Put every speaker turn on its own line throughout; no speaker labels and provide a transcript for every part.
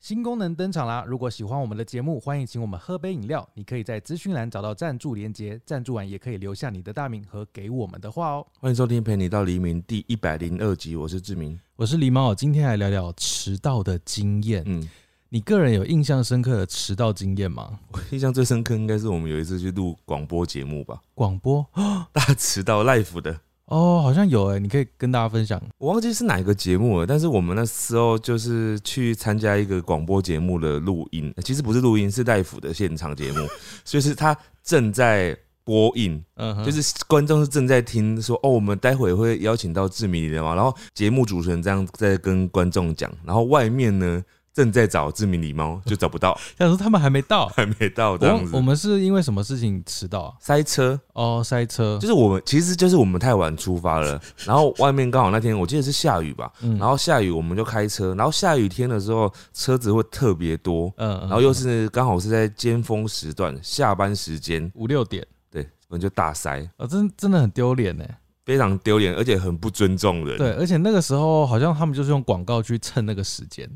新功能登场啦！如果喜欢我们的节目，欢迎请我们喝杯饮料。你可以在资讯栏找到赞助连接，赞助完也可以留下你的大名和给我们的话哦。
欢迎收听《陪你到黎明》第一百零二集，我是志明。
我是狸猫，今天来聊聊迟到的经验。
嗯，
你个人有印象深刻的迟到经验吗？
我印象最深刻应该是我们有一次去录广播节目吧，
广播
大迟到 life 的，
哦，好像有诶、你可以跟大家分享。
我忘记是哪一个节目了。但是我们那时候就是去参加一个广播节目的录音，呃其实不是录音，是 live 的现场节目， 所以是他正在播映，
嗯哼，
就是观众是正在听说哦，我们待会会邀请到志明狸猫，然后节目主持人这样在跟观众讲，然后外面呢正在找志明狸猫，就找不到，，
想说他们还没到
还没到这样
我
子。
我们是因为什么事情迟到啊？
塞车，
哦，塞车，
就是我们其实就是我们太晚出 发了，然后外面刚好那天我记得是下雨吧，
嗯
然后下雨我们就开车，然后下雨天的时候车子会特别多，
嗯，嗯
然后又
嗯
是刚好是在尖峰时段下班时间，
五六点，
对，我们就大塞，
啊、真真的很丢脸欸呢。
非常丢脸，而且很不尊重人。
对，而且那个时候好像他们就是用广告去蹭那个时间，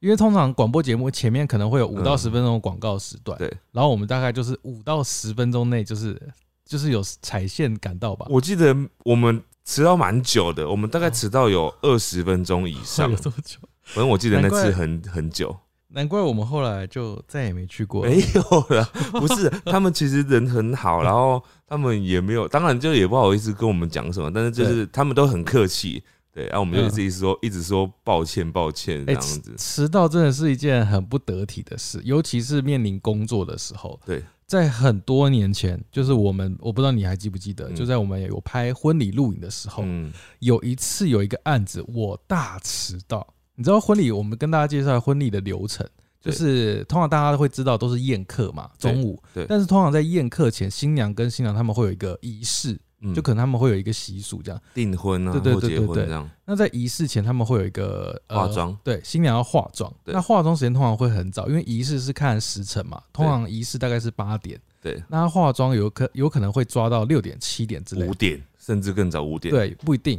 因为通常广播节目前面可能会有五到
嗯
十分钟的广告时段，
对，
然后我们大概就是五到十分钟内就是就是有踩线赶到吧，
我记得我们迟到蛮久的，我们大概
哦
迟到有二十分钟以上
有，这么久，
反正我记得那次
难怪
很很久。
难怪我们后来就再也没去过了。
没有了，不是他们其实人很好，然后他们也没有，当然就也不好意思跟我们讲什么，但是就是他们都很客气，对，然后我们就
嗯
一直说、一直说抱歉抱歉这
哎
样
迟
子，
迟到真的是一件很不得体的事，尤其是面临工作的时候。
对，
在很多年前，就是我们我不知道你还记不记得，
嗯
就在我们有拍婚礼录影的时候，
嗯，
有一次有一个案子，我大迟到。你知道婚礼，我们跟大家介绍婚礼的流程，就
对
是通常大家会知道都是宴客嘛，
对
中午。
对
但是通常在宴客前，新娘跟新郎他们会有一个仪式，
嗯
就可能他们会有一个习俗这样。
订婚啊
对对
或
对
结
对
婚
对
这样
那在仪式前，他们会有一个、呃、
化妆，
对，新娘要化妆。
对
那化妆时间通常会很早，因为仪式是看时辰嘛，通常仪式大概是八点。
对，
那她化妆有可有可能会抓到六点、七点之类
五
的，
点甚至更早五点，，
对，不一定。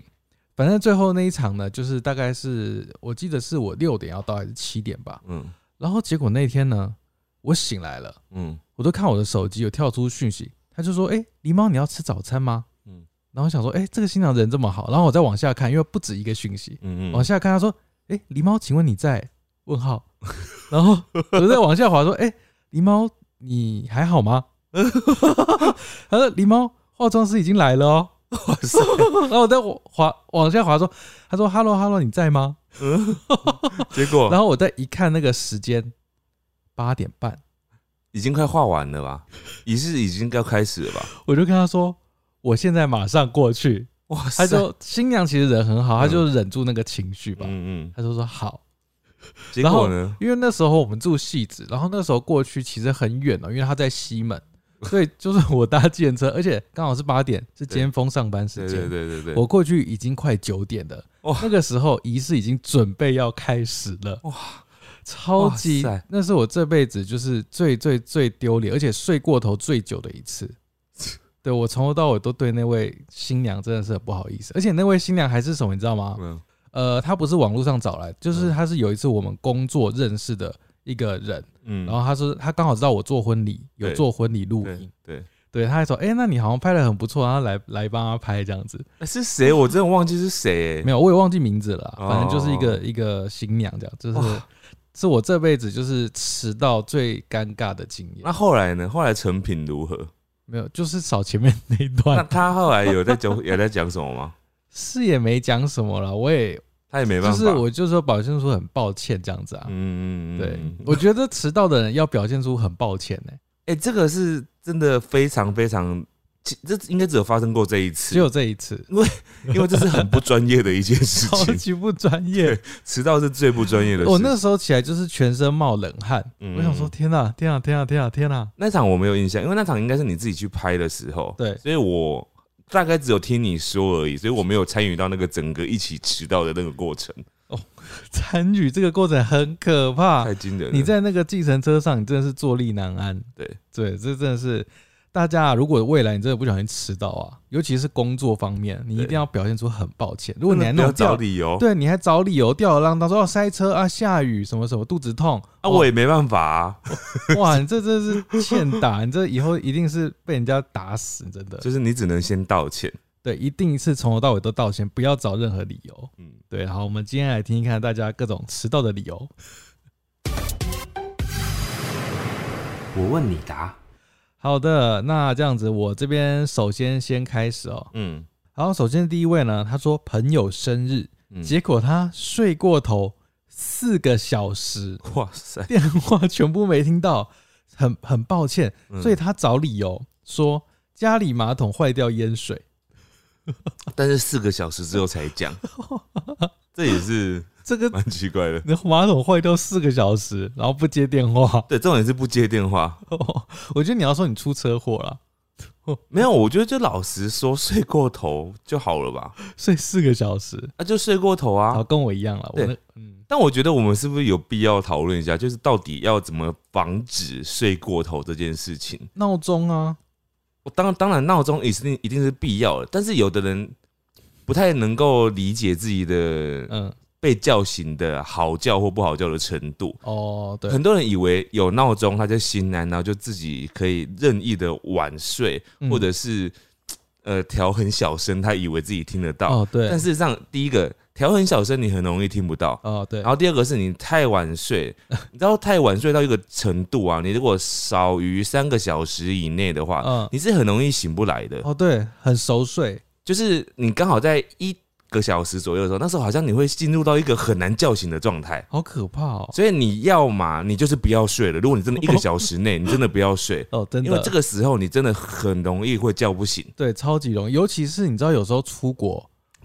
反正最后那一场呢，就是大概是我记得是我六点要到还是七点吧。
嗯
然后结果那天呢，我醒来了，
嗯，
我都看我的手机有跳出讯息，他就说：“哎、狸猫，你要吃早餐吗？”嗯
嗯，
然后我想说：“哎、这个新娘人这么好。”然后我再往下看，因为不止一个讯息，
嗯
往
嗯，
下看，他说：“哎、狸猫，请问你在？”问号。 然后我再往下滑说：“哎、狸猫，你还好吗？” 他说：“狸猫，化妆师已经来了哦。”
哇塞，
然后我再往滑往下滑说：“他说 ‘hello hello’，你在吗
结？”果
然后我再一看那个时间，八点半，
已经快画完了吧，仪式已经要开始了吧，
我就跟他说：“我现在马上过去。”
哇
他
塞，
就新娘其实人很好，他
嗯
就忍住那个情绪吧，
嗯嗯，
他就说好。
结果呢，
因为那时候我们住戏子，然后那时候过去其实很远哦、因为他在西 门，所以就是我搭计程车，而且刚好是八点，是尖峰上班时
对
间。
对对对对，
我过去已经快九点了，
哇
那个时候仪式已经准备要开始了，
哇，
超级
哇塞，
那是我这辈子就是最最最丢脸，而且睡过头最久的一 次。对我从头到尾都对那位新娘真的是很不好意思，而且那位新娘还是什么你知道吗？
嗯
呃，她不是网络上找来，就是
嗯
她是有一次我们工作认识的一个人，
嗯，
然后她说她刚好知道我做婚礼，有
对
做婚礼录
对
影，
对。
对，她还说，哎、那你好像拍的很不错，然后来来帮她拍这样子，
欸是谁？我真的忘记是谁、欸。
没有，我也忘记名字了啦，
哦
反正就是一个一个新娘这样，就是
哇
是我这辈子就是迟到最尴尬的经验
那。后来呢？后来成品如何？
没有，就是少前面那一
那
段
他后来有在讲有在讲什么吗？
是也没讲什么了，我也
他也没办
就
法。
是我就说表现出很抱歉这样子啊。
嗯，嗯嗯
对
嗯，嗯
我觉得迟到的人要表现出很抱歉呢、
哎、这个是真的非常非常，其这应该只有发生过这一次，
只有这一次，
因为这是很不专业的一件 事
超
情，
级不专业。
迟到是最不专业的事。
我那时候起来就是全身冒冷汗，
嗯
我想说天哪、天哪、天哪、天哪、天哪、
那场我没有印象，因为那场应该是你自己去拍的时候，
对
所以我大概只有听你说而已，所以我没有参与到那个整个一起迟到的那个过程，
参与这个过程很可怕，
太惊人了。
你在那个计程车上，你真的是坐立难安。
对
对，这真的是。大家啊，如果未来你真的不小心迟到啊，尤其是工作方面，你一
对
定要表现出很抱歉。如果你还
真的
弄
不要找
掉，
理哦由，啊
对，你还找理由吊儿郎当说哦塞车啊、下雨什么什么、肚子痛
啊，我也没办法啊，
哇，你这真是欠打，你这以后一定是被人家打死，真的。
就是你只能先道歉。
对，一定是从头到尾都道歉，不要找任何理由。
嗯，
对，好，我们今天来听听看大家各种迟到的理由。
我问你答。
好的，那这样子，我这边首先先开始哦。
嗯
好，首先第一位呢，他说朋友生日，
嗯，
结果他睡过头四个小时，
哇塞，
电话全部没听到，很很抱歉，
嗯
所以他找理由说家里马桶坏掉淹水，
但是四个小时之后 才讲，这也是
这 个
蛮奇怪的。
那马桶坏掉四个小时，然后不接电话，
对，重点是不接电话。
我觉得你要说你出车祸了，
没有，我觉得就老实说，睡过头就好了吧？
睡四个小时，
啊，就睡过头
好
啊。
跟我一样了，我
对
那嗯，
但我觉得我们是不是有必要讨论一下，就是到底要怎么防止睡过头这件事情？
闹钟啊，
我当当然闹钟也是一定是必要的，但是有的人不太能够理解自己的
嗯，
被叫醒的好叫或不好叫的程度。
哦，对，
很多人以为有闹钟他就心安，然后就自己可以任意的晚睡，
嗯
或者是呃调很小声，他以为自己听得到。
哦，对，
但事实上，第一个调很小声，你很容易听不到。
哦，对
然，后第二个是你太 晚睡，你知道太晚睡到一个程度啊，你如果少于三个小时以内的话，
嗯，
你是很容易醒不来的。
哦，对，很熟睡，
就是你刚好在一个小时左右的时候，那时候好像你会进入到一个很难叫醒的状态。
好可怕哦，
所以你要嘛，你就是不要睡了。如果你真的一个小时内，你真的不要睡，
哦， 真
因为
的，
这个时候你真的很容易会叫不醒。
对，超级容易，尤其是你知道有时候出国，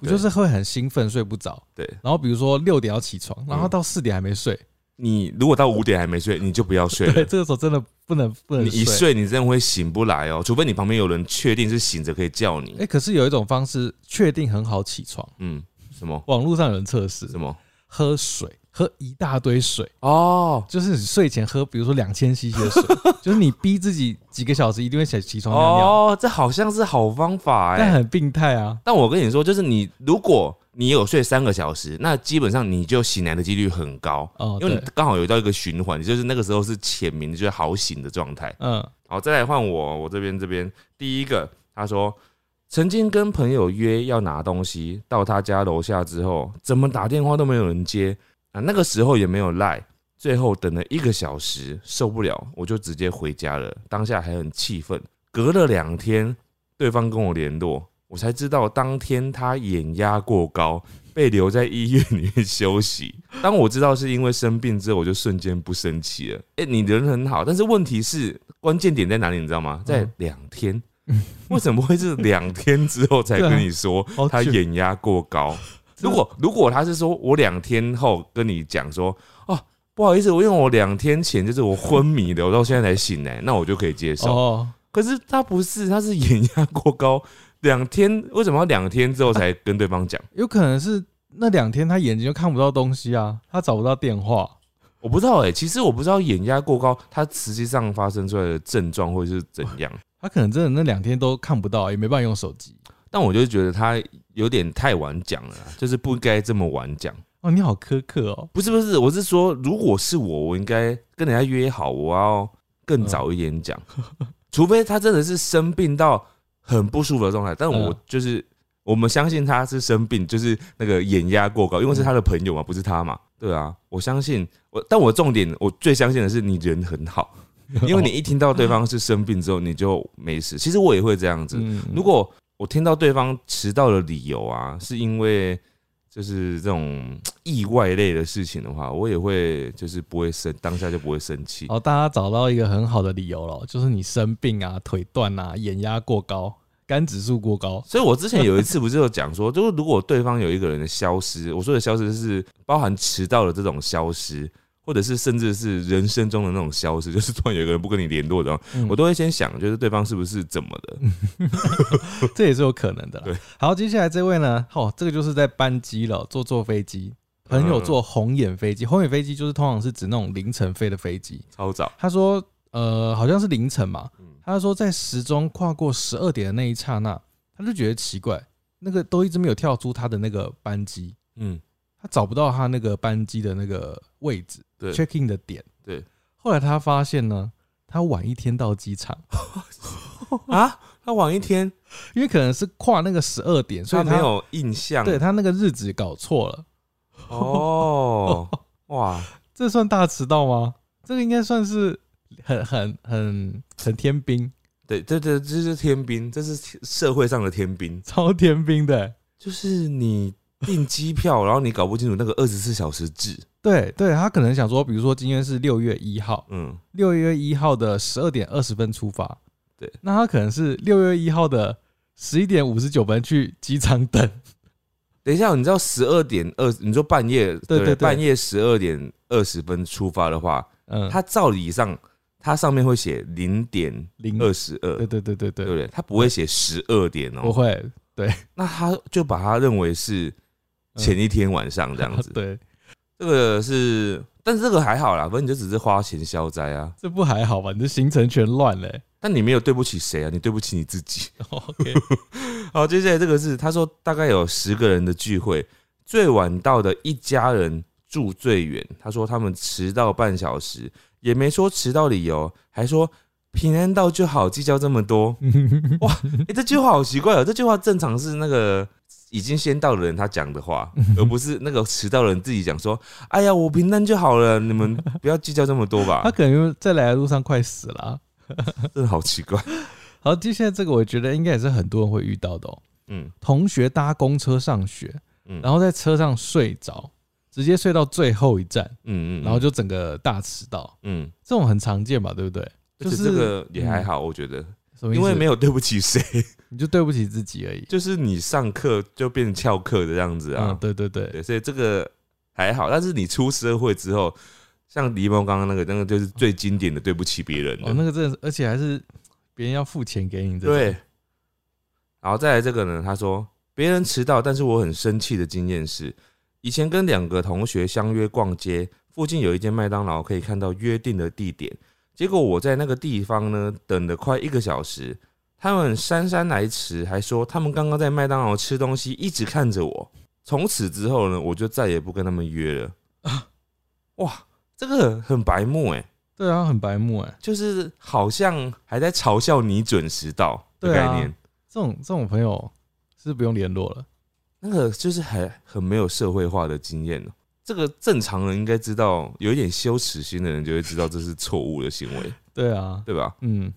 我
对
就是会很兴奋，睡不着，
对
然后比如说六点要起床，然后
嗯
到四点还没睡，
你如果到五点还没睡，你就不要睡
对，
了。
这个时候真的不能不能
你一睡，你真的会醒不来哦，除非你旁边有人确定是醒着可以叫
哎、
你。
可是有一种方式确定很好起床，
嗯，什么
网络上有人测试，
什么？
喝水，喝一大堆水，
哦
就是你睡前喝，比如说两千 CC 的 水，就是你逼自己几个小时一定会起起床尿尿，
哦，这好像是好方法哎、
但很病态啊。
但我跟你说，就是你如果你有睡三个小时，那基本上你就醒来的几率很高，
哦，
因为
对
你，刚好有到一个循环，就是那个时候是浅眠，就是好醒的状态。
嗯，
好，再来换我，我这边这边第一个，他说曾经跟朋友约要拿东西，到他家楼下之后，怎么打电话都没有人接啊，那个时候也没有赖，最后等了一个小时，受不了，我就直接回家了，当下还很气愤。隔了两天，对方跟我联络，我才知道当天他眼压过高。被留在医院里面休息。当我知道是因为生病之后，我就瞬间不生气了。哎、你人很好，但是问题是关键点在哪里？你知道吗？在
嗯
两天。为什么会是两天之后才跟你说
好
他
久
眼压过高？如果如果他是说我两天后跟你讲说，哦，不好意思，我因为我两天前就是我昏迷的，我到现在才醒欸来，那我就可以接受。
哦，
可是他不是，他是眼压过高，两天为什么要两天之后才跟对方讲？
有可能是那两天他眼睛就看不到东西啊，他找不到电话。
我不知道哎、其实我不知道眼压过高，它实际上发生出来的症状会是怎样。
他可能真的那两天都看不到，也没办法用手机。
但我就觉得他有点太晚讲了啦，啊就是不该这么晚讲。
哦，你好苛刻哦。
不是不是，我是说，如果是我，我应该跟人家约好，我要更早一 点讲，除非他真的是生病到很不舒服的状态。但我
嗯
就是、我们相信他是生病，就是那个眼压过高，因为是他的朋友嘛，不是他嘛。对啊，我相信我，但我重点我最相信的是你人很好， 因为你一听到对方是生病之后，你就没事。其实我也会这样子，
嗯，
如果我听到对方迟到的理由啊，是因为就是这种意外类的事情的话，我也会就是不会生，当下就不会生气。
哦，大家找到一个很好的理由了，就是你生病啊、腿断啊、眼压过高、肝指数过高。
所以我之前有一次不是有讲说，就是如果对方有一个人的消失，我说的消失是包含迟到的这种消失，或者是甚至是人生中的那种消失，就是突然有一个人不跟你联络的话，
嗯
我都会先想，就是对方是不是怎么的？
这也是有可能的啦
对。
好，接下来这位呢，哦，这个就是在班机了，坐坐飞机，朋
嗯
友坐红眼飞机，红眼飞机就是通常是指那种凌晨飞的飞机。
超早，
他说，呃，好像是凌晨嘛，
嗯
他说在时钟跨过十二点的那一刹那，他就觉得奇怪，那个都一直没有跳出他的那个班机，
嗯，
他找不到他那个班机的那个位置
对
，check in 的点。
对，
后来他发现呢，他晚一天到机场，
啊，他晚一天，
因为可能是跨那个十二点，所
他
以
没有印象。
对他那个日子搞错了。
哦，哇，
这算大迟到吗？这个应该算是很很很很天兵，
对对对，这是天兵，这是天社会上的天兵，
超天兵的欸、
就是你订机票，然后你搞不清楚那个二十四小时制，
对对，他可能想说，比如说今天是六月一号，
嗯，
六月一号的十二点二十分出发，
对，
那他可能是六月一号的十一点五十九分去机场等，
等一下，你知道十二点二，你说半夜
对
不
对对
半夜十二点二十分出发的话，
嗯，
它照理上它上面会写零点
零
二，十二，
对
对
对对对对，
不对？它不会写十二点
不
哦，
会
那他就把它认为是前一天晚上这样子。
嗯对，
这个是，但是这个还好啦，反正你就只是花钱消灾啊。
这不还好吧？你这行程全乱 了欸、
但你没有对不起谁啊，你对不起你自己。
OK，
好，接下来这个是他说大概有十个人的聚会，最晚到的一家人住最远。他说他们迟到半小时，也没说迟到理由，还说平安到就好，计较这 么多。哎、这句话好奇怪哦，这句话正常是那个已经先到的人他讲的话，而不是那个迟到的人自己讲说：“哎呀，我平安就好了，你们不要计较这么 多吧
他。可能因为在来的路上快死了啊、”
真的好奇怪。
好，接下来这个我觉得应该也是很多人会遇到的哦、
嗯
同学搭公车上学，
嗯，
然后在车上睡着，直接睡到最后一站，
嗯嗯，
然后就整个大迟到，
嗯，
这种很常见吧，对不对？
而
就
且
是嗯
这个也还好，我觉得，
什么意
因
思？
为没有对不起谁。
你就对不起自己而已。
就是你上课就变成翘课的样子啊。
嗯，对对对，
对，所以这个还好，但是你出社会之后，像狸猫刚刚那个，那个就是最经典的对不起别人的。
哦，那个真的是，而且还是别人要付钱给你这种，
对。然后再来这个呢，他说别人迟到，但是我很生气的经验是，以前跟两个同学相约逛街，附近有一间麦当劳可以看到约定的地点，结果我在那个地方呢等了快一个小时，他们姗姗来迟，还说他们刚刚在麦当劳吃东西，一直看着我。从此之后呢，我就再也不跟他们约了。
啊
哇，这个很白目哎、
对啊，很白目哎、
就是好像还在嘲笑你准时到的
对啊
概念。
这种这种朋友是不用联络了。
那个就是很很没有社会化的经验哦。这个正常人应该知道，有一点羞耻心的人就会知道这是错误的行 为，
对啊，
对吧？
嗯。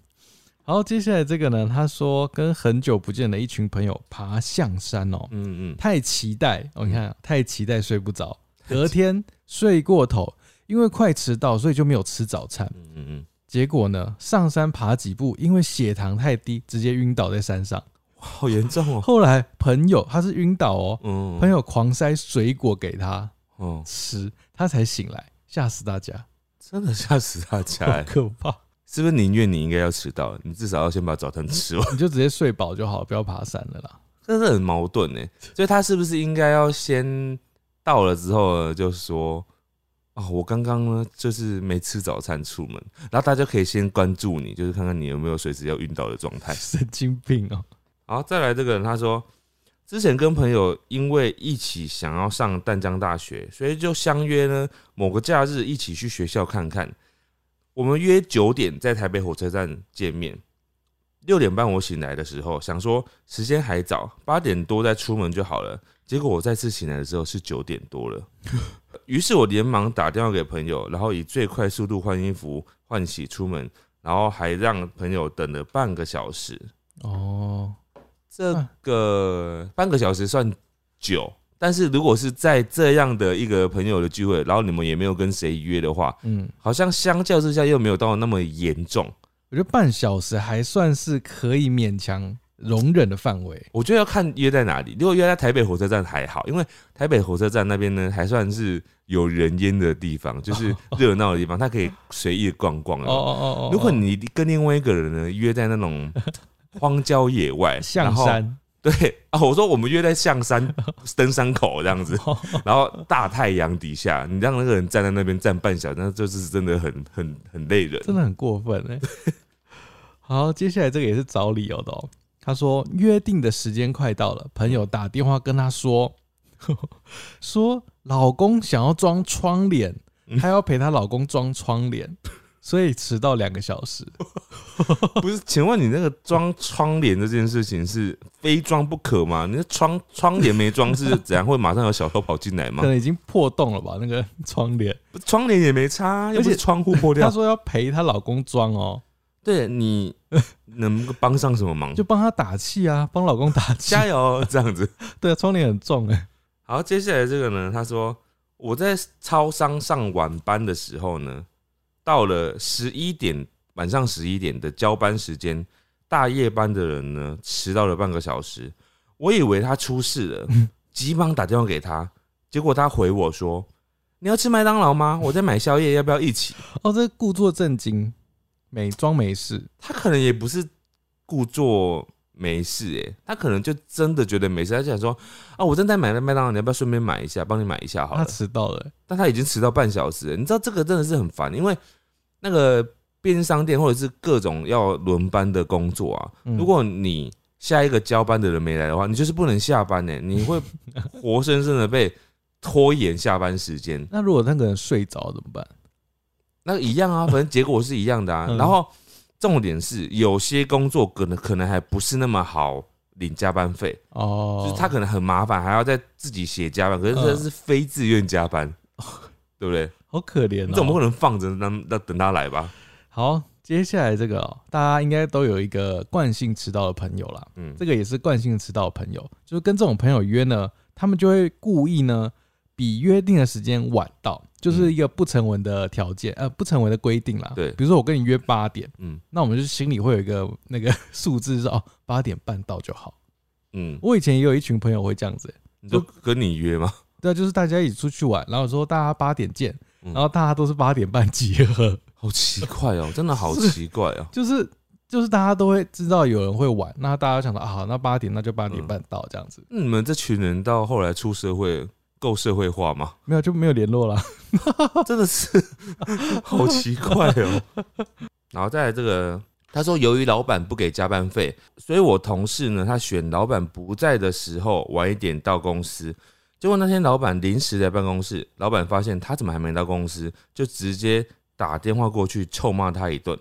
然后接下来这个呢，他说跟很久不见的一群朋友爬象山哦、
嗯嗯，
太期待哦，你看啊太期待睡不着，
太期
隔天睡过头，因为快迟到，所以就没有吃早餐。
嗯嗯嗯，
结果呢，上山爬几步，因为血糖太低，直接晕倒在山上。
哇好严重哦。
后来朋友他是晕倒哦，
嗯，
朋友狂塞水果给他
哦，
吃，他才醒来，吓死大家，
真的吓死大家
好
欸！
可怕！
是不是宁愿你应该要迟到，你至少要先把早餐吃完？
你就直接睡饱就好，不要爬山了啦。
真的很矛盾呢。所以他是不是应该要先到了之后呢，就说啊、我刚刚呢就是没吃早餐出门，然后大家可以先关注你，就是看看你有没有随时要晕倒的状态。
神经病哦！
好，再来这个人，他说之前跟朋友因为一起想要上淡江大学，所以就相约呢某个假日一起去学校看看。我们约九点在台北火车站见面。六点半我醒来的时候，想说时间还早，八点多再出门就好了。结果我再次醒来的时候是九点多了，于是我连忙打电话给朋友，然后以最快速度换衣服、换洗出门，然后还让朋友等了半个小时。
哦，
这个
嗯
半个小时算久，但是如果是在这样的一个朋友的聚会，然后你们也没有跟谁约的话，
嗯，
好像相较之下又没有到那么严重。
我觉得半小时还算是可以勉强容忍的范围。
我觉得要看约在哪里。如果约在台北火车站还好，因为台北火车站那边呢还算是有人烟的地方，就是热闹的地方，它可以随意逛逛。啊
哦哦哦哦，
如果你跟另外一个人呢约在那种荒郊野 外，
象
然后
山，
对啊，我说我们约在象 山登山口这样子，
哦
然后大太阳底下，你让那个人站在那边站半小时，那就是真的很很很累人。
真的很过分哎、欸 好，接下来这个也是找理由的哦。他说约定的时间快到了，朋友打电话跟他说， 说老公想要装窗帘，
嗯
她要陪她老公装窗帘，所以迟到两个小 时。
不是，请问你那个 装窗帘这件事情是非装不可吗？你的窗窗帘没装是怎样？会马上有小偷跑进来吗
可？能已经破洞了吧？那个窗 帘，
不窗帘也没擦，又不
而且
是窗户破
她
掉。
说要陪她老公装哦，
对你能够帮上什么忙？
就帮她打气啊，帮老公打气。
嗯加油这样子。
对啊，窗帘很重哎、
好，接下来这个呢，他说我在超商上晚班的时候呢，到了十一点，晚上十一点的交班时间，大夜班的人呢迟到了半个小时，我以为他出事了，急忙打电话给他，结果他回我说。你要吃麦当劳吗？我在买宵夜，要不要一起？
哦，这故作震惊，美装没事。
他可能也不是故作没事、欸，他可能就真的觉得没事，他就想说啊，我正在买麦当劳，你要不要顺便买一下，帮你买一下好了
她。迟到了、欸
但他已经迟到半小时了。你知道这个真的是很烦，因为那个便利商店或者是各种要轮班的工作啊，
嗯
如果你下一个交班的人没来的话，你就是不能下班呢、你会活生生的被拖延下班时间。
那如果那个人睡着怎么办？
那一样 啊，反正结果是一样的啊。
嗯
然后重点是，有些工作可能可能还不是那么好领加班费，
哦，嗯
就是他可能很麻烦，还要再自己写加班，可是这是非自愿加 班，对不对？
好可怜、哦。
你总不可能放着让让等他来吧？
好，接下来这个、哦，大家应该都有一个惯性迟到的朋友啦。
嗯，
这个也是惯性迟到的朋友，就是跟这种朋友约呢，他们就会故意呢比约定的时间晚到，就是一个不成文的条件，呃，不成文的规定啦。
对
比如说我跟你约八点，
嗯
那我们就心里会有一个那个 数字是哦，八点半到就好。
嗯，
我以前也有一群朋友会这样子、
你就跟你约嘛，
对啊，就是大家一起出去玩，然后说大家八点见，
嗯
然后大家都是八点半集合，
好奇怪哦，真的好奇怪哦。
就是就是大家都会知道有人会晚，那大家想到啊，好那八点那就八点
嗯
半到这样子，
那你们这群人到后来出社会够社会化吗？
没有就没有联络了。
真的 是好奇怪哦。 然后再来这个，他说由于老板不给加班费，所以我同事呢，他选老板不在的时候晚一点到公司。结果那天老板临时来办公室，老板发现他怎么还没到公司，就直接打电话过去臭骂他一 顿。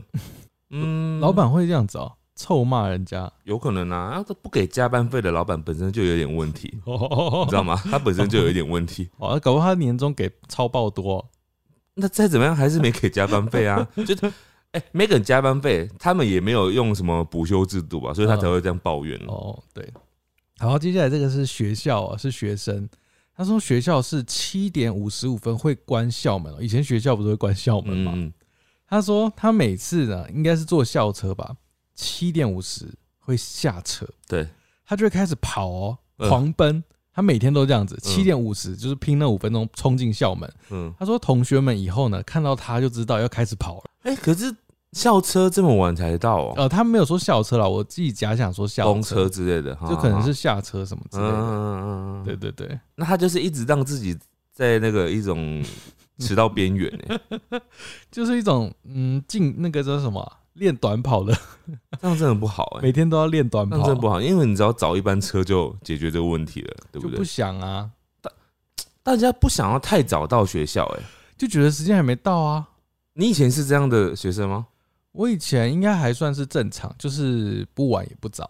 嗯，
老板会这样子哦，臭骂人 家，
有可能啊，他不给加班费的老板本身就有点问题， 你
哦
知，道吗？他本身就有一点问题。
哦搞不好他年终给超爆多哦，
那再怎么样还是没给加班费 啊，就是哎、没给加班费，他们也没有用什么补休制度吧，所以他才会这样抱怨嗯哦。
哦，对。好，接下来这个是学校啊，是学生。他说学校是七点五十五分会关校门哦，以前学校不是会关校门吗？
嗯，
他说他每次呢，应该是坐校车吧，七点五十会下车，
对，
他就会开始跑哦，
嗯
狂奔。他每天都这样子，七点五十就是拼那五分钟冲进校门。
嗯，
他说同学们以后呢，看到他就知道要开始跑了。
哎、可是校车这么晚才到哦，
呃，他没有说校车啦，我自己假想说校
公车，之类的，哈
就可能是下车什么之
嗯
类的。
嗯嗯嗯，
对对对，
那他就是一直让自己在那个一种迟到边缘 哎，
就是一种嗯，进那个叫什么啊练短跑的，
这样真的不好哎、
每天都要练短
这
跑
样，真的不好，因为你只要找一班车就解决这个问题了，对
就
不对？
不想啊，
大家不想要太早到学校哎、
就觉得时间还没到啊。
你以前是这样的学生吗？
我以前应该还算是正常，就是不晚也不早，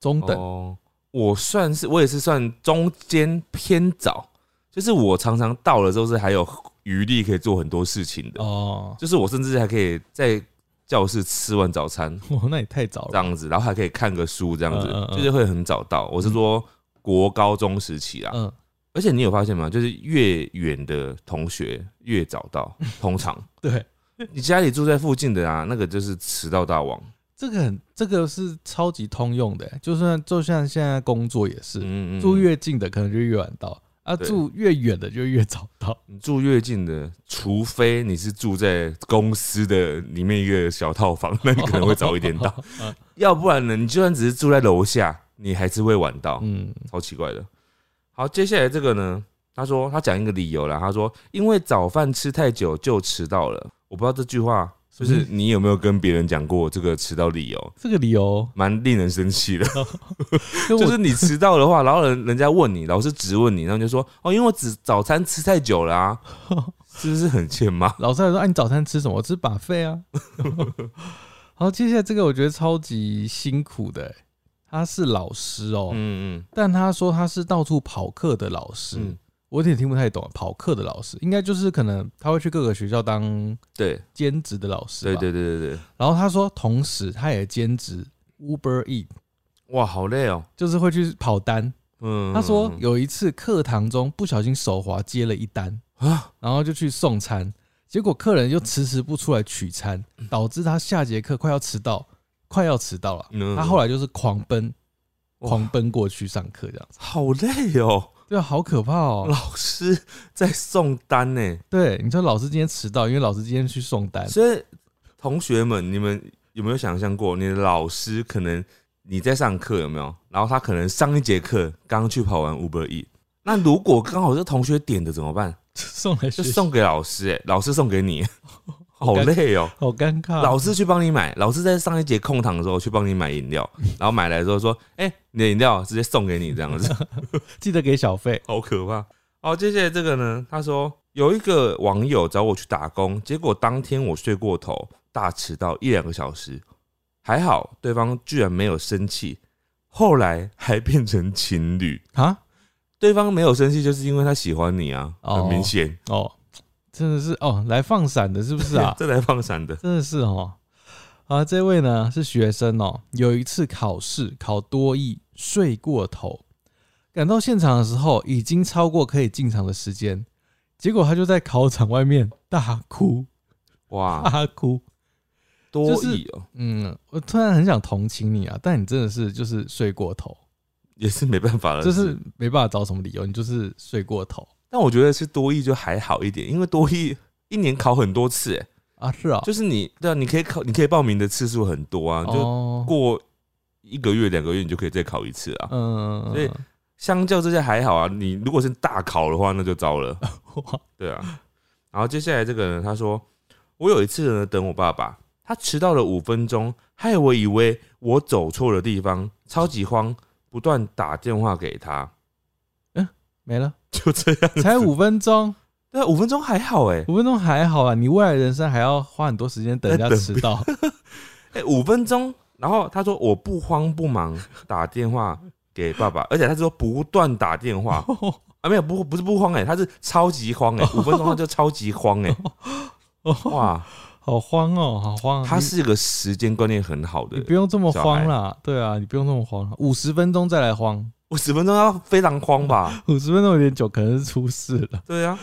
中等。
哦，我算是我也是算中间偏早，就是我常常到了之后是还有余力可以做很多事情的，
哦，
就是我甚至还可以在教室吃完早餐
哇，那也太早
这
了。
样子，然后还可以看个书这样子，
嗯嗯嗯
就是会很早到。我是说国高中时期啊，
嗯，
而且你有发现吗？就是越远的同学越早到， 通常
对，
你家里住在附近的啊，那个就是迟到大王。
这个很，这个是超级通用的欸，就算就像现在工作也是，
嗯嗯嗯
住越近的可能就越晚到，啊，
对
住越远的就越早到。
你住越近的，除非你是住在公司的里面一个小套房， 那你可能会早一点 到。要不然呢，你就算只是住在楼下，你还是会晚 到，
嗯，
超奇怪的。好，接下来这个呢，他说他讲一个理由啦，他说因为早饭吃太久就迟到了。我不知道这句话就是你有没有跟别人讲过这个迟到理由？
这个理 由，
蛮令人生气的，
就
就是
我
你迟到的话，然后人人家问你，老师直问你，然后你就说哦，因为我只早餐吃太久 了啊，是不是很欠骂？
老师还说：“哎、你早餐吃什么？我吃把费 啊。”好，接下来这个我觉得超级辛苦的、欸他是老师哦、
嗯嗯
但他说他是到处跑课的老师，
嗯，
我有点听不太懂。啊跑课的老师应该就是可能他会去各个学校当
对
兼职的老师
对
吧。
对对对对，
然后他说，同时他也兼职 Uber E，
哇，好累哦。
就是会去跑单。
嗯，
他说
嗯
有一次课堂中不小心手滑接了一单，
嗯啊，
然后就去送餐，结果客人又迟迟不出来取餐，
嗯
导致他下节课快要迟到，快要迟到了。
嗯
他后来就是狂奔，
哇
狂奔过去上课这样子，
好累哦，
对啊，好可怕哦。
老师在送单呢，
对，你说老师今天迟到，因为老师今天去送单，
所以同学们，你们有没有想象过，你的老师可能你在上课有没有？然后他可能上一节课刚去跑完 Uber E，那如果刚好是同学点的怎么办？
送来
就
学校，
送给老师、哎，老师送 给你，好累哦、
好嗯尴尬。
老师去帮你买，老师在上一节空堂的时候去帮你买饮料，
嗯
然后买来之后说：“哎、你的饮料直接送给你，这样子
记得给小费，
好可怕。”好，接下来这个呢，他说有一个网友找我去打工，结果当天我睡过头，大迟到一两个小时，还好对方居然没有生气，后来还变成情侣。
啊，
对方没有生气，就是因为他喜欢你啊，很明
哦
显、
哦，真的是哦，来放闪的，是不 是啊？
这来放闪的，
真的是哦。啊，这位呢是学生哦，有一次考试考多义睡过头，赶到现场的时候已经超过可以进场的时间，结果他就在考场外面大哭
哇，
大哭。
多
就是
益哦、
嗯，我突然很想同情你啊，但你真的是就是睡过头，
也是没办法了。
就
不
是，没办法找什么理由，你就是睡过头
但我觉得是多益就还好一点，因为多益一年考很多次，哎，
啊，是啊，
就是你对啊，你可以考，你可以报名的次数很多啊，就
哦，
过一个月、两个月你就可以再考一次啊。
嗯，
所以相较之下还好啊，你如果是大考的话，那就糟 了。
哇
对啊，然后接下来这个人他说，我有一次呢等我爸爸，他迟到了五分钟，害我以为我走错了地方，超级慌，不断打电话给他，
没了，
就这 样子。
才五分钟。
对啊，五分钟还好哎、
五分钟还好啊，你未来人生还要花很多时间等 人家迟到，
哎、五分钟。然后他说我不慌不忙打电话给爸爸，而且他说不断打电话
哦
啊，没有不不是不慌哎、他是超级慌哎、五分钟他就超级慌哎、哇，
好慌哦，好慌、啊。
他
你
是一个时间观念很好的
你，不用这么慌啦，对啊，你不用这么慌，五十分钟再来慌，
我十分钟要非常慌 吧？
五十分钟有点久，可能是出事了。
对啊，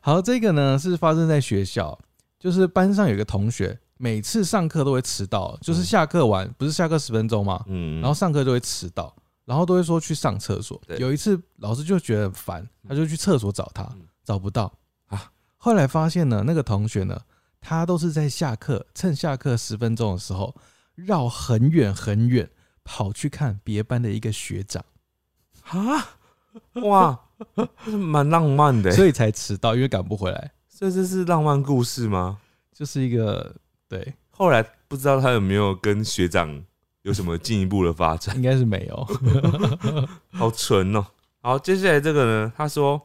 好，这个呢是发生在学校，就是班上有一个同学，每次上课都会迟到，就是下课晚不是下课十分钟嘛，
嗯，
然后上课就会迟到，然后都会说去上厕所
对。
有一次老师就觉得很烦，他就去厕所找他
嗯，
找不到
啊
后来发现呢，那个同学呢，他都是在下课，趁下课十分钟的时候，绕很远很远跑去看别班的一个学长，
啊，哇，这是蛮浪漫的、欸，
所以才迟到，因为赶不回来，
所以这是浪漫故事吗？
就是一个对，
后来不知道他有没有跟学长有什么进一步的发展？
应该是没有。
好纯哦、好，接下来这个呢？他说，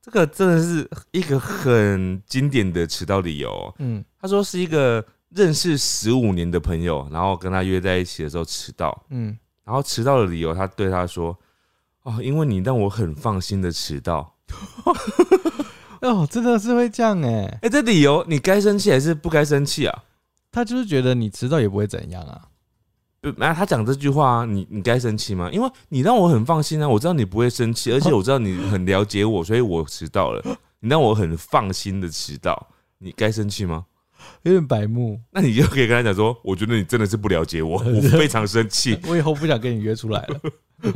这个真的是一个很经典的迟到理由哦、
嗯
他说是一个认识十五年的朋友，然后跟他约在一起的时候迟到，
嗯，
然后迟到的理由，他对他说：“哦，因为你让我很放心的迟到。
哦，真的是会这样哎、”
哎，这理由你该生气还是不该生气啊？
他就是觉得你迟到也不会怎样啊。
不，那哎他讲这句话、啊，你你该生气吗？因为你让我很放心啊，我知道你不会生气，而且我知道你很了解我，所以我迟到了，你让我很放心的迟到，你该生气吗？
有点白目，
那你就可以跟他讲说，我觉得你真的是不了解我，我非常生气。
我以后不想跟你约出来了。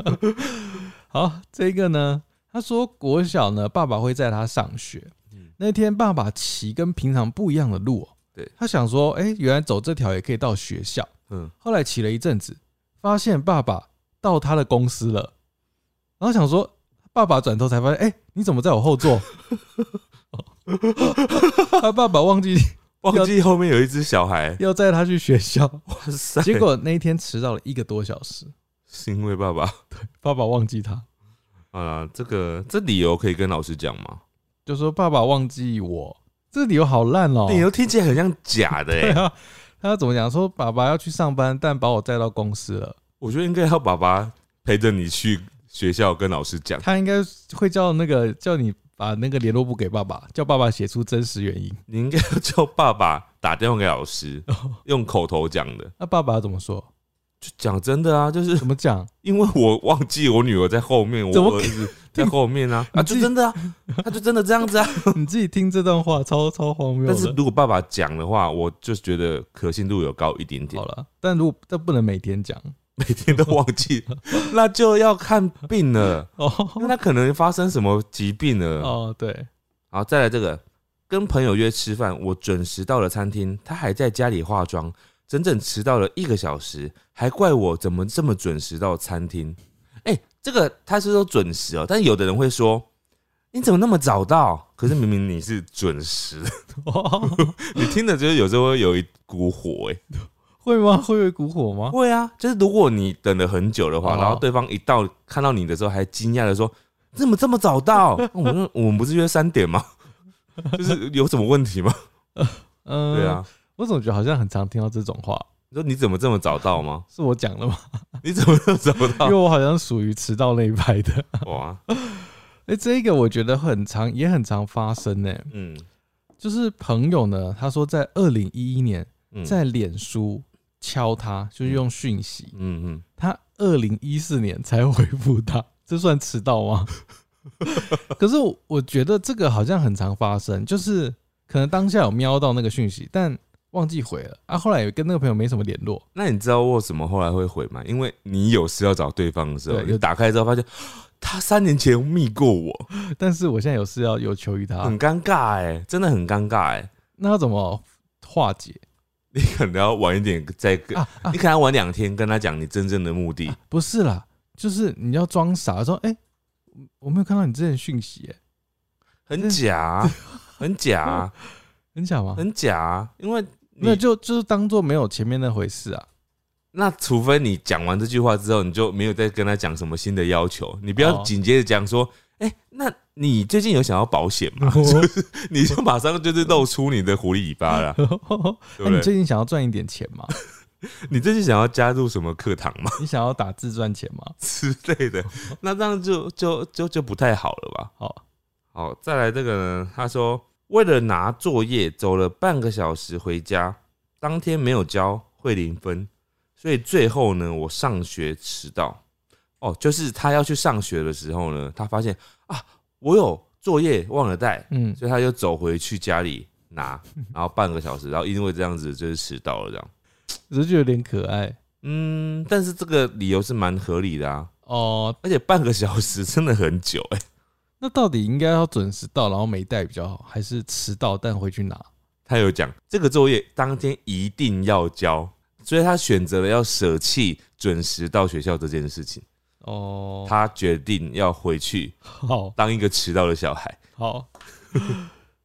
好，这个呢，他说国小呢，爸爸会载他上学
嗯。
那天爸爸骑跟平常不一样的路哦、
对
他想说，哎、原来走这条也可以到学校。
嗯，
后来骑了一阵子，发现爸爸到他的公司了，然后想说，爸爸转头才 发现，哎、你怎么在我后座？他爸爸忘记
忘记后面有一只小孩，
要载他去学校，
哇塞！
结果那一天迟到了一个多小时，
是因为爸爸
爸爸忘记他，
啊，这个这理由可以跟老师讲吗？
就说爸爸忘记我，这理由好烂哦、
理由听起来很像假的
对
哎、
啊，他要怎么讲？说爸爸要去上班，但把我带到公司了。
我觉得应该要爸爸陪着你去学校跟老师讲，
他应该会叫那个叫你把那个联络簿给爸爸，叫爸爸写出真实原因。
你应该要叫爸爸打电话给 老师，用口头讲的。
那爸爸怎么说？
就讲真的啊，就是
怎么讲？
因为我忘记我女儿在后面，
怎么
我儿子
可
在后面啊，啊，
你自
就
己
真的啊，他就真的这 样子啊。
你自己听这段话超超荒谬
但是
的。
如果爸爸讲的话，我就觉得可信度有高一点点
好。了，但如果但不能每天讲
每天都忘 记，那就要看病了，
哦
那他可能发生什么疾病了。
哦，对，
好，再来这个，跟朋友约吃饭，我准时到了餐厅，他还在家里化妆，整整迟到了一个小时，还怪我怎么这么准时到餐厅。哎、这个他是说准时哦、但有的人会说。你怎么那么早到？可是明明你是准时，
哦
你听的就是有时候会有一股火哎、
会吗？会有股火吗？
会啊，就是如果你等了很久的话，
哦
然后对方一到看到你的时候，还惊讶的说：“你怎么这么早到？ 我们我们不是约三点吗？ 就是有什么问题吗？”
嗯，
对啊，，
我总觉得好像很常听到这种话，
你说你怎么这么早到吗？
是我讲的吗？
你怎么这么早
因
到
为？我好像属于迟到那一派的。
哇，
哎、这个我觉得很常，也很常发生呢、
嗯
就是朋友呢，他说在二零一一年
嗯，
在脸书敲他，就是用讯息，
嗯嗯，
他二零一四年才回复他，这算迟到吗？ 可是我我觉得这个好像很常发生，就是可能当下有瞄到那个讯息，但忘记回了啊，后来也跟那个朋友没什么联络，
那你知道为什么后来会回吗？因为你有事要找对方的时候，
对
你打开之后发现他三年前密过我，
但是我现在有事要有求于他，
很尴尬哎、真的很尴尬哎、
那要怎么化解
你可能要晚一点再跟，
啊啊
你？可能要晚两天跟他讲你真正的目的。
不是啦，就是你要装傻说，哎、我没有看到你之前的讯息、欸，
很假啊，很假 啊，
很假吗？
很假啊，因为
没有，
你
就就是当做没有前面那回事啊。
那除非你讲完这句话之后，你就没有再跟他讲什么新的要求，你不要
哦
紧接着讲说，哎，那你最近有想要保险 吗？你就马上就是露出你的狐狸尾巴 了，对
那你
不对？
哎最近想要赚一点钱吗？
你最近想要加入什么课堂吗
你想要打字赚钱吗？
之类的？那这样就就就就不太好了吧？
好，
好，再来这个呢，他说为了拿作业走了半个小时回家，当天没有交会零分，所以最后呢，我上学迟到。哦，就是他要去上学的时候呢，他发现啊，我有作业忘了带，
嗯，
所以他就走回去家里拿，然后半个小时，然后因为这样子就是迟到了这样。
只是觉得有点可爱
嗯，但是这个理由是蛮合理的啊，
哦。
而且半个小时真的很久哎、
那到底应该要准时到，然后没带比较好，还是迟到但回去拿？
他有讲这个作业当天一定要交，所以他选择了要舍弃准时到学校这件事情，
哦，
他决定要回去
好
当一个迟到的小孩。
好。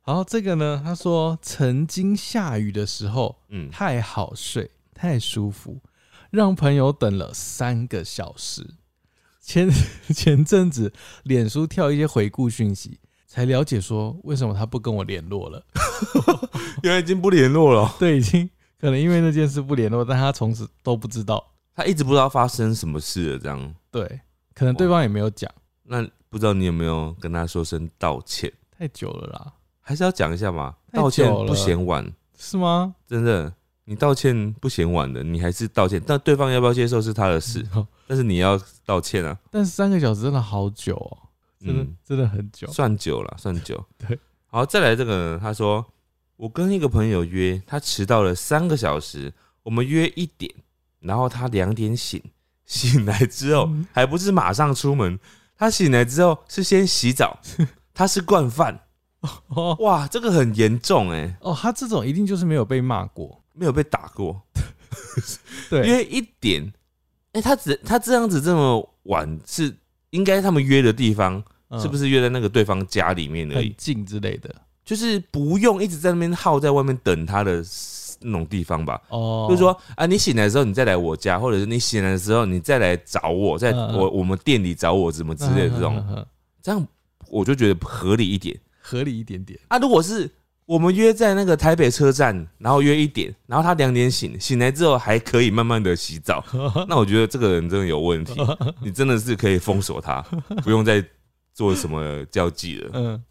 然后这个呢，他说曾经下雨的时候
嗯，
太好睡，太舒服，让朋友等了三个小时。前 前阵子，脸书跳一些回顾讯息，才了解说为什么他不跟我联络了。
原来已经不联络了哦，
对，已经可能因为那件事不联络，但他从此都不知道。
他一直不知道发生什么事了，这样。
对，可能对方也没有讲，
那不知道你有没有跟他说声道歉？
太久了啦，
还是要讲一下嘛，
太久
道歉
了
不嫌晚，
是吗？
真的，你道歉不嫌晚的，你还是道歉，但对方要不要接受是他的事，但是你要道歉啊。
但是三个小时真的好久哦，真的、
嗯
真的很久。。
算久了，算久
对，
好，再来这个呢，他说我跟一个朋友约，他迟到了三个小时，我们约一点，然后他两 点醒，醒来之后
嗯
还不是马上出门，他醒来之后是先 洗澡，他是惯犯，
哦
哇，这个很严重哎、
哦，他这种一定就是没有被骂过。
没有被打过，
对，
约一点，哎、他只他这样子这么晚是应该他们约的地方，是不
是
是约在那个对方家里面而已
嗯很？近之类的？
就是不用一直在那边耗在外面等他的那种地方吧。
哦，
就是说啊，你醒来的时候你再来我家，或者是你醒来的时候你再来找我，在
嗯嗯
我我们店里找我，怎么之类的这
嗯
种，
嗯嗯嗯
这样我就觉得合理一点
合理一点点。
啊。如果是我们约在那个台北车站，然后约一点，然后他两点醒，醒来之后还可以慢慢的 洗澡，那我觉得这个人真的有问题，你真的是可以封锁他，不用再做什么交际了。
嗯，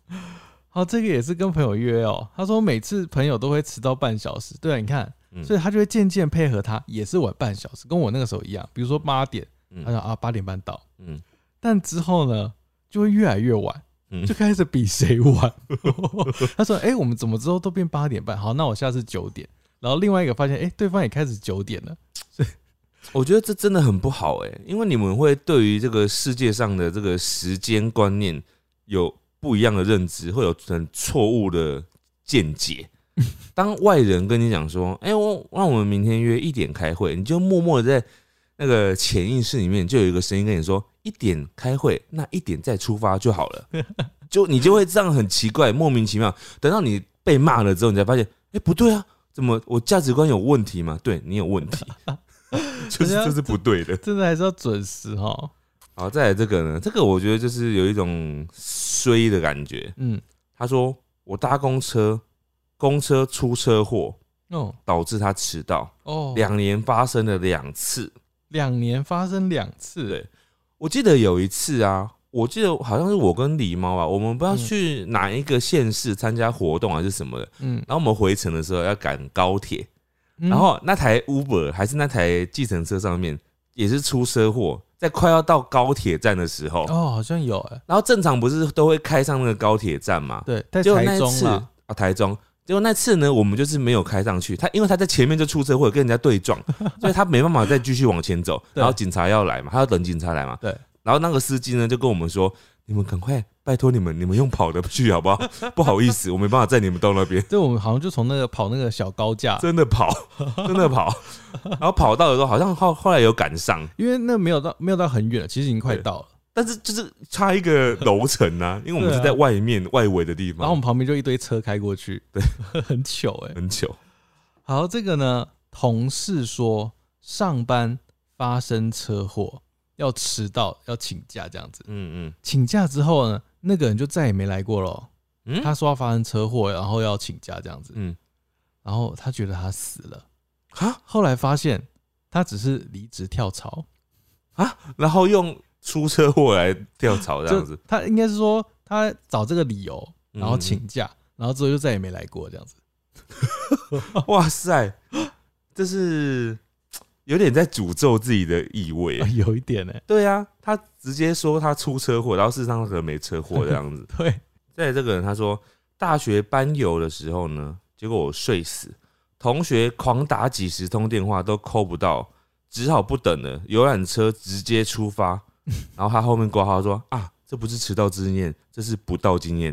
好，这个也是跟朋友约哦。他说每次朋友都会迟到半小时，对啊，你看，
嗯
所以他就会渐渐配合他，也是晚半小时，跟我那个时候一样。比如说八点，
嗯
他说啊八点半到，
嗯
但之后呢就会越来越晚，
嗯
就开始比谁晚。 他说：“哎、我们怎么之后都变八点半？好，那我下次九点。”然后另外一个发现，哎、对方也开始九点了。
我觉得这真的很不好哎、因为你们会对于这个世界上的这个时间观念有不一样的认知，会有很错误的见解。 当外人跟你讲说：“哎、我让我们明天约一点开会”，你就默默的在那个潜意识里面就有一个声音跟你说：“一点开会，那一点再出发就好了。” 就你就会这样很奇怪，莫名其妙。等到你被骂了之后，你才发现：“哎、不对啊，怎么我价值观有问题吗？”对你有问题。 就是
人家
这是不对的。
真的还是要准时哦哈。
好，再来这个呢，这个我觉得就是有一种衰的感觉。
嗯，
他说我搭公车，公车出车祸
哦
导致他迟到，
哦，
两年发生了两次。
两年发生两次，
对我记得有一次啊，我记得好像是我跟狸猫啊，我们不知道
嗯
去哪一个县市参加活动还是什么的，
嗯，
然后我们回程的时候要赶高铁，
嗯
然后那台 Uber 还是那台计程车上面也是出车祸，在快要到高铁站的时候，
哦，好像有哎、
然后正常不是都会开上那个高铁站嘛？
对，在
结果那
台
一
中
次
啦
啊，，台中。结果那次呢，我们就是没有开上去。他因为他在前面就出车祸，跟人家 对撞，所以他没办法再继续往前走。
对
然后警察要来嘛，他要等警察来嘛。
对。
然后那个司机呢，就跟我们说：“你们赶快，拜托你们，你们用跑的去好不好？不好意思，我没办法载你们到那 边。”
对，我们好像就从那个跑那个小高架，
真的跑，真 的跑。然后跑到的时候，好像后后来有赶上，
因为那没有到没有到很远了，其实已经快
对
到了。
但是就是差一个楼层啊，因为我们
对啊
是在外面外围的地
然后我
方
们，旁边就一堆车开过去，嗯对， 很糗哎、
很久。
好，这个呢，同事说上班发生车祸要迟到，要请假这样子。
嗯嗯。
请假之后呢，那个人就再也没来过了。
嗯
他说他发生车祸，然后要请假这样子。
嗯
然后他觉得他死了，
啊
后来发现他只是离职跳槽，
啊，然后用出车祸来跳槽这样
就
子，
他应该是说他找这个理由，然后
嗯
请假，然后之后就再也没来过这样子。
嗯哇塞，这是有点在诅咒自己的意味
啊。 有一点呢、
对啊，他直接说他出车祸，然后事实上他可能没车祸 这样子。
对，
再来这个人他说，大学班游的时候呢，结果我睡死，同学狂打几十通电话都扣不到，只好不等了，游览车直接出发。 然后他后面挂号说啊，这不是迟到经验，这是不到经验，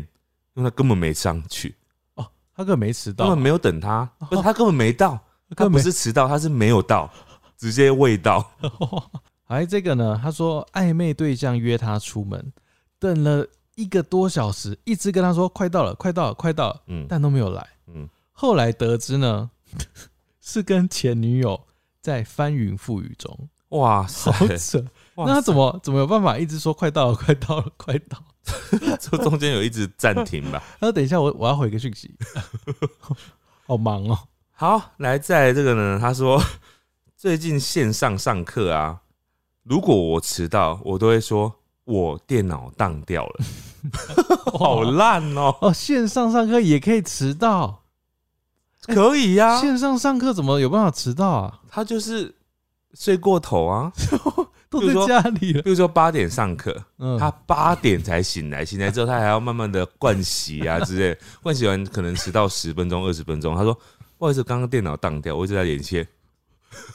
因为他根本没上去。
哦，他根本没迟到，哦
根本没有等他，不是他根本没到，
根
他
本
不
没
是迟到，他是没有到，直接未到。
哎，这个呢，他说暧昧对象约他出门，等了一个多小时，一直跟他说快到了，快到了，快到了，
嗯
但都没有来。
嗯，
后来得知呢， 是跟前女友在翻云覆雨中，
哇塞
好，扯。
哇
那他
塞
怎么怎么有办法一直说快到了，快到了，快到了？
这中间有一直暂停 吧？
他说等一下我我要回个讯息， 好忙哦。
好，来再来这个呢，他说最近线上上课啊，如果我迟到，我都会说我电脑当掉 了，好烂哦、
哦，线上上课也可以迟到，
可以呀、
线上上课怎么有办法迟到啊？
他就是睡过头啊，
都
比如
在
说
家里了，
比如说八点上课，
嗯，
他八点才醒来，醒来之后他还要慢慢的盥洗啊之类的， 盥洗完可能迟到十分钟、二十分钟。他说：“不好意思，刚刚电脑当掉，我一直在连线。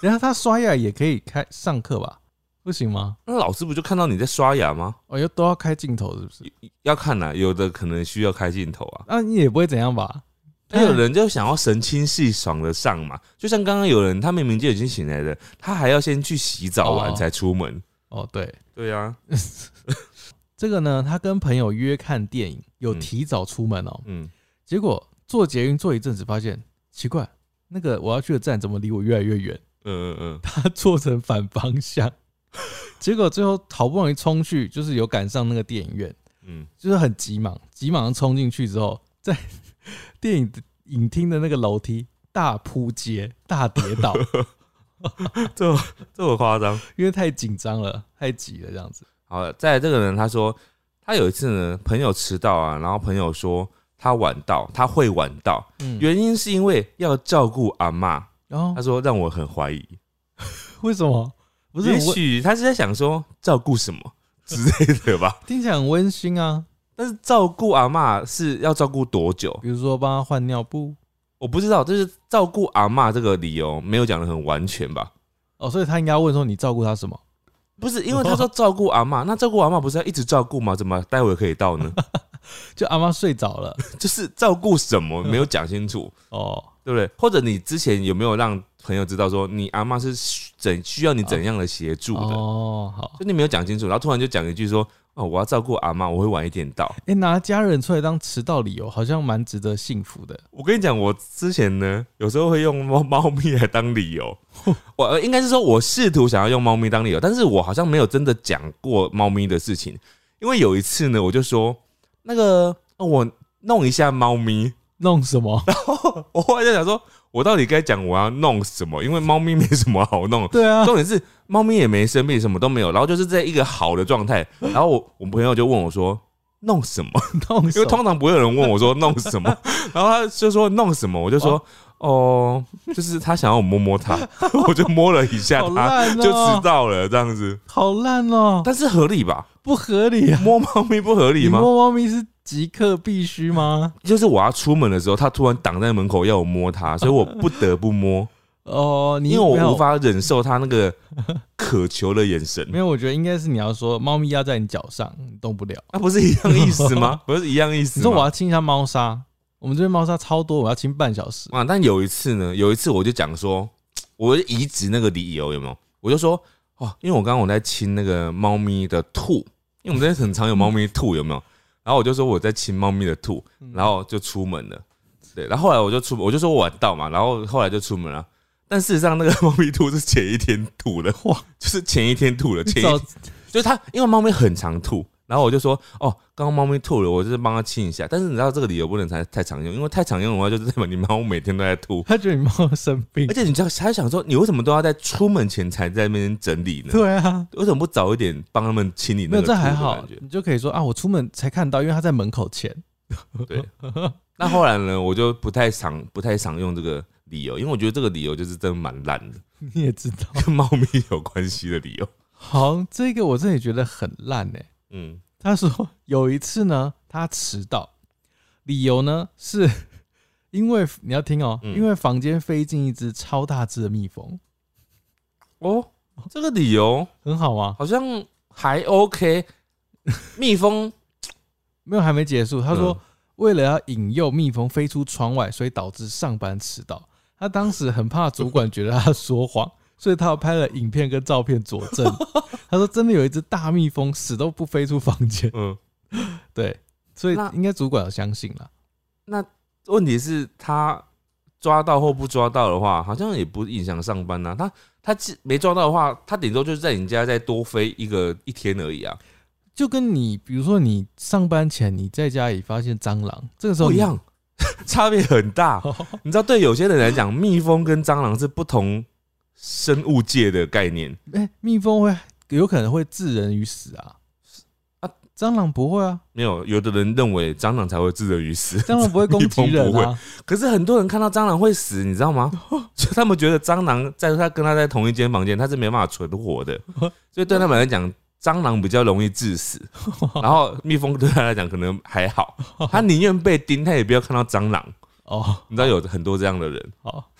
然后他刷牙也可以开上课吧？不行吗？”
那老师不就看到你在刷牙吗？
哦，又都要开镜头是不是？
要看呐、有的可能需要开镜头啊。
那、你也不会怎样吧？哎
那有人就想要神清气爽的上嘛，就像刚刚有人他明明就已经醒来了，他还要先去洗澡完
哦
才出门。
哦，对，
对啊，
这个呢，他跟朋友约看电影，有
嗯
提早出门哦，
嗯
结果坐捷运坐一阵子，发现奇怪，那个我要去的站怎么离我越来越远？
嗯嗯嗯，
他坐成反方向， 结果最后好不容易冲去，就是有赶上那个电影院，
嗯，
就是很急忙，急忙冲进去之后，在 电影影厅的那个楼梯大扑街、大跌倒，
这 这么夸张？
因为太紧张了，太急了，这样子。
好了，再来这个人他说，他有一次呢，朋友迟到啊，然后朋友说他晚到，他会晚到，
嗯，哦
原因是因为要照顾阿妈。
然后
他说让我很怀疑，
为什么？不是
也
很温，
许他是在想说照顾什么之类 的吧。
听起来很温馨啊。
但是照顾阿妈是要照顾多久？
比如说帮他换尿布，
我不知道，就是照顾阿妈这个理由没有讲的很完全吧。
哦，所以他应该要问说你照顾他什么？
不是，因为他说照顾阿妈，那照顾阿妈不是要一直照顾吗？怎么待会可以 到呢？
就阿妈睡着了，
就是照顾什么没有讲清楚，
哦，
对不对？或者你之前有没有让朋友知道说你阿妈是需怎需要你怎样的协助的？
哦，好，
就你没有讲清楚，然后突然就讲一句说哦，我要照顾阿妈，我会晚一点到。
哎、拿家人出来当迟到理由，好像蛮值得幸福的。
我跟你讲，我之前呢， 有时候会用猫猫咪来当理由。我呃应该是说，我试图想要用猫咪当理由，但是我好像没有真的讲过猫咪的事情。因为有一次呢，我就说那个、呃我弄一下猫咪，
弄什么？
我后来就想说，我到底该讲我要弄什么？因为猫咪没什么好弄，
对啊，
重点是猫咪也没生病，什么都没有，然后就是在一个好的 状态。然后我我朋友就问我说弄什么？
弄
因
什
为
么？
通常不会有人问我说弄什么， 然后他就说弄什么，我就说哦，就是他想要我摸摸他， 我就摸了一下
好
他，
烂
啊就
哦、
迟到了这样子。
好烂哦、
但是合理吧？
不合理啊！
摸猫咪不合理
你
吗
摸？猫咪是即刻必须吗？
就是我要出门的时候，他突然挡在门口要我 摸他，所以我不得不摸，
哦，你
因为我
没有
无法忍受他那个渴求的眼神
没。有，我觉得应该是你要说猫咪压在你脚上，你动不了。
那啊不是一样意思吗？不是一样意思
你
吗？
说我要清一下猫砂，我们这边猫砂超多，我要清半小 时。
啊，但有一次呢，有一次我就讲说，我就移植那个理由有没有？我就说哦，因为我刚刚我在亲那个猫咪的吐，因为我们这边很常有猫咪吐，有没有？然后我就说我在亲猫咪的吐，
嗯
然后就出门了。对，然后后来我就出，我就说我晚到嘛，然后后来就出门了。但事实上，那个猫咪吐是前一天吐的，
哇，
就是前一天吐的，
你
前一
早
就是它，因为猫咪很常吐，然后我就说，哦，刚刚猫咪吐了，我就是帮它亲一下。但是你知道这个理由不能太太常用，因为太常用的话，就是代表你猫每天都在吐。
他觉得你猫生病
而，且你知道，他想说，你为什么都要在出门前才在那边整理呢？
对啊，
为什么不早一点帮他们清理
没
那
有
个吐
这
的
还好
感觉，
你就可以说啊，我出门才看到，因为他在门口前。
对。那后来呢，我就不太常不太常用这个理由，因为我觉得这个理由就是真的蛮烂的，
你也知道，
跟猫咪有关系的理由。
好，这个我真的觉得很烂哎、
嗯，
他说有一次呢，他迟到，理由呢是 因为你要听哦、
嗯
因为房间飞进一只超大只的蜜蜂，
哦，这个理由
很好啊。
好像还 OK。蜜蜂，
没有，还没结束。他说、
嗯
为了要引诱蜜蜂飞出窗外，所以导致上班迟到。他当时很怕主管觉得他说谎， 所以他有拍了影片跟照片佐 证。他说真的有一只大蜜蜂死都不飞出房间，
嗯，
对，所以
那
应该主管有相信了。
问题是他抓到或不抓到的话，好像也不影响上班呐、啊他他既没抓到的话，他顶多就是在你家再多飞一个一天而已啊，
就跟你，比如说你上班前你在家里发现蟑螂，这个时候
不一
你，
样， 差别很大。你知道，对有些人来讲，蜜蜂跟蟑螂是不同生物界的概念
哎、蜜蜂会有可能会置人于死啊，
啊
啊，蟑螂不会啊，
没有，有的人认为蟑螂才会置人于死，
蟑螂不会攻
蜜
击
蜂不
人
会
啊，
可是很多人看到蟑螂会死，你知道吗？所以他们觉得蟑螂在他跟他在同一间房间，他是没办法存活的，所以对他们来讲，蟑螂比较容易致死，然后蜜蜂对他来讲可能还好，他宁愿被叮，他也不要看到蟑螂。
哦，
你知道有很多这样的人。
好，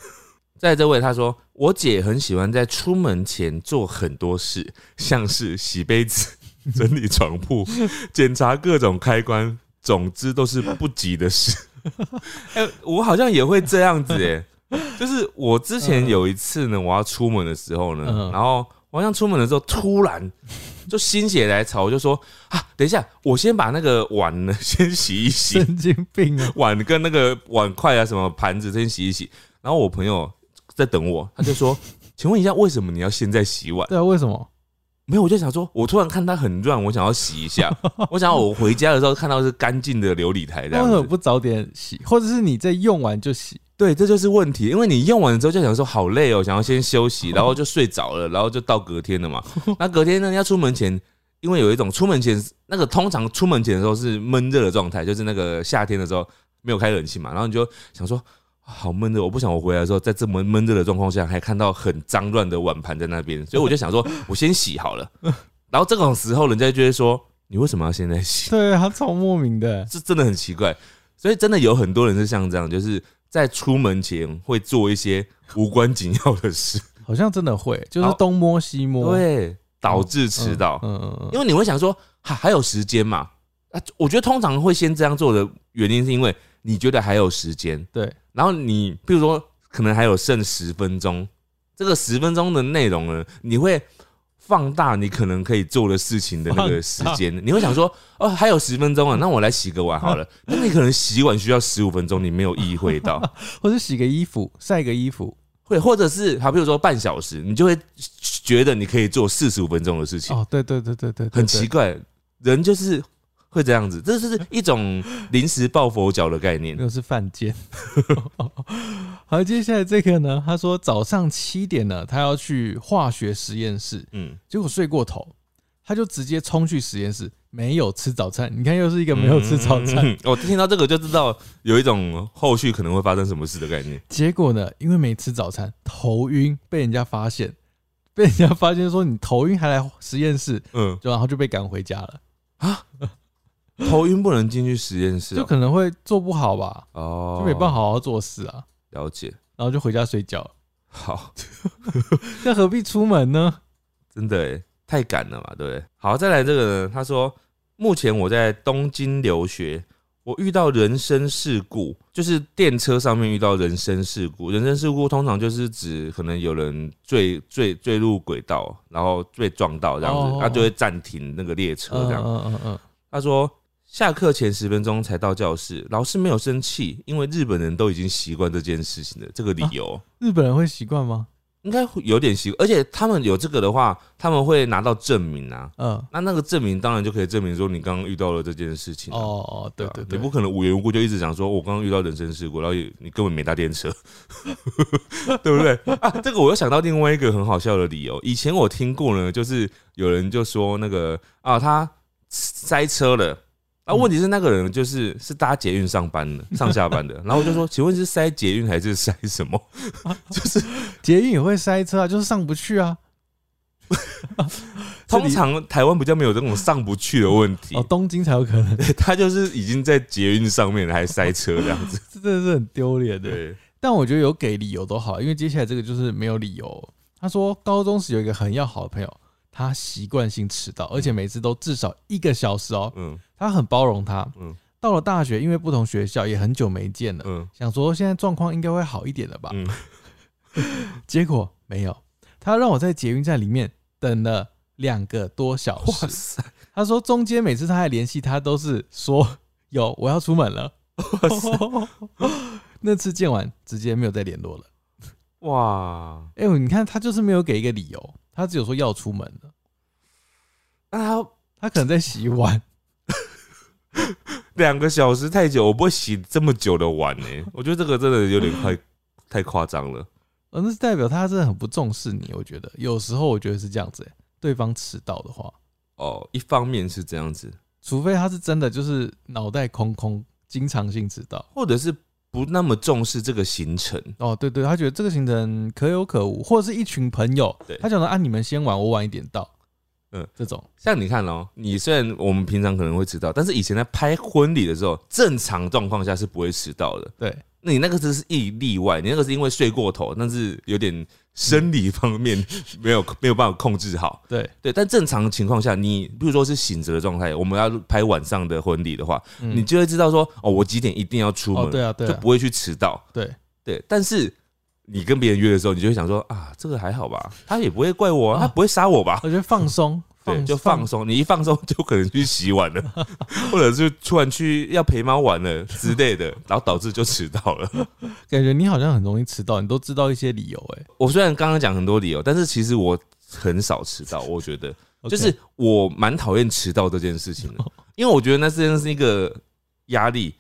在这位他说，我姐很喜欢在出门前做很多事，像是洗杯子、整理床铺、检查各种开关，总之都是不急的事。哎、我好像也会这样子哎、就是我之前有一次呢，我要出门的时候呢，
嗯
然后晚上出门的时候，突然就心血来潮，我就说啊，等一下，我先把那个碗呢先洗一洗，
神经病啊！
碗跟那个碗筷啊，什么盘子先洗一洗。然后我朋友在等我，他就说：“请问一下，为什么你要现在洗碗？”
对啊，为什么？
没有，我就想说，我突然看它很乱，我想要洗一下。 我想要我回家的时候看到是干净的琉璃台这
那为
样
什么
子。
不早点洗？或者是你在用完就洗？
对，这就是问题，因为你用完之后就想说好累哦，想要先休息，然后就睡着了，然后就到隔天了嘛。那隔天呢，要出门前，因为有一种出门前那个通常出门前的时候是闷热的状态，就是那个夏天的时候没有开冷气嘛，然后你就想说啊好闷热，我不想我回来的时候在这么闷热的状况下还看到很脏乱的碗盘在那边，所以我就想说我先洗好了。然后这种时候人家就会说你为什么要现在洗？
对啊，超莫名的。
这真的很奇怪。所以真的有很多人是像这样，就是在出门前会做一些无关紧要的事，
好像真的会，就是
好
东摸西摸，嗯，
对，导致迟到。
嗯嗯嗯，
因为你会想说，还还有时间嘛？啊，我觉得通常会先这样做的原因是因为你觉得还有时间，
对，
然后你比如说可能还有剩十分钟，这个十分钟的内容呢，你会放大你可能可以做的事情的那个时
放大
间，你会想说哦，还有十分钟啊，那我来洗个 碗好了。那你可能洗碗需要十五分钟，你没有意会到，
或者洗个衣服，晒个衣服。
会或者是好，比如说半小时，你就会觉得你可以做四十五分钟的事情。
哦，对对对对对，对
很奇。怪，人就是会这样子，这是一种临时抱佛脚的概 念
对。又是犯贱。好，接下来这个呢？他说早上七点呢，他要去化学实验室，
嗯，
结果睡过头，他就直接冲去实验室，没有吃早餐。你看，又是一个没有吃早餐。
嗯。我听到这个就知道有一种后续可能会发生什么事的概念。
结果呢，因为没吃早餐，头晕，被人家发现，被人家发现说你头晕还来实验室，
嗯，
就然后就被赶回家了，
头晕不能进去实验室
就
哦、
可能会做不好吧，啊
哦
就没办法好好做事啊，
了解。
然后就回家睡觉了。
好，
那何必出门呢？
真的耶太赶了嘛，对不对？好，再来这个呢，他说目前我在东京留学，我遇到人身事故，就是电车上面遇到人身事故。人身事故通常就是指可能有人坠坠坠入轨道，然后被撞到这样子
哦，
他就会暂停那个列车
嗯
这样。
嗯嗯嗯，
他说下课前十分钟才到教室，老师没有生气，因为日本人都已经习惯这件事情了。这个理由。
日本人会习惯吗？
应该会有点习惯，而且他们有这个的话，他们会拿到证明啊。
嗯，
那那个证明当然就可以证明说你刚刚遇到了这件事情、啊。
哦哦，对
啊
对
你
对
不，可能无缘无故就一直讲说我刚刚遇到人身事故，然后也你根本没搭电车， 对不对？啊，这个我又想到另外一个很好笑的理由，以前我听过呢，就是有人就说那个啊，他塞车了。啊，
嗯
问题是那个人就是是搭捷运上班的， 上下班的，然后我就说，请问是塞捷运还是塞什么？ 就是
捷运也会塞车啊，就是上不去啊。
通常台湾比较没有这种上不去的问题
哦，，东京才有可 能，
他就是已经在捷运上面了还塞车这样子。
这真的是很丢脸的。
对，
但我觉得有给理由都好，因为接下来这个就是没有理由。他说高中时有一个很要好的朋友，他习惯性迟到，而且每次都至少一个小时哦，
嗯
他很包容他。
嗯
到了大学，因为不同学校也很久没见了，
嗯
想说现在状况应该会好一点了吧？
嗯，
结果没有，他让我在捷运站里面等了两个多小
哇
时。
塞，
他说中间每次他还联系他，都是说有我要出门了。 那次见完直接没有再联络了。
哇，
哎、呦，你看他就是没有给一个理由，他只有说要出门了，
那他
他可能在洗碗。
两个小时太久，我不会洗这么久的碗呢、 我觉得这个真的有点快，太 夸张了。
呃，那是代表他真的很不重视你。我觉得有时候我觉得是这样子、欸，对方迟到的话，
哦，一方面是这样子，
除非他是真的就是脑袋空空，经常性迟到。
或者是不那么重视这个行程。
哦，对对，他觉得这个行程可有可无，或者是一群朋友
对，
他想说啊，你们先玩，我晚一点到，
嗯
嗯，这种
像你看哦，你虽然我们平常可能会迟到，但是以前在拍婚礼的时候，正常状况下是不会迟到的。
对，
那你那个只是一例外，你那个是因为睡过头，那是有点生理方面没有 没有办法控制好。
对，
对，但正常情况下，你比如说是醒着的状态，我们要拍晚上的婚礼的话，
嗯
你就会知道说，哦，我几点一定要出门，
哦，对啊，对
就
啊，
不会去迟到。
对，
对，但是你跟别人约的时候，你就会想说啊，这个还好吧，他也不会怪我啊，他不会杀我吧？
我觉得放松，
对，
哦嗯放
就放松。你一放松，就可能去洗碗了， 或者是突然去要陪猫玩了之类的，然后导致就迟到了。
感觉你好像很容易迟到，你都知道一些理由、欸，
我虽然刚刚讲很多理由，但是其实我很少迟到，我觉得
哎，
就是我蛮讨厌迟到这件事情的，因为我觉得那真的是一个压力，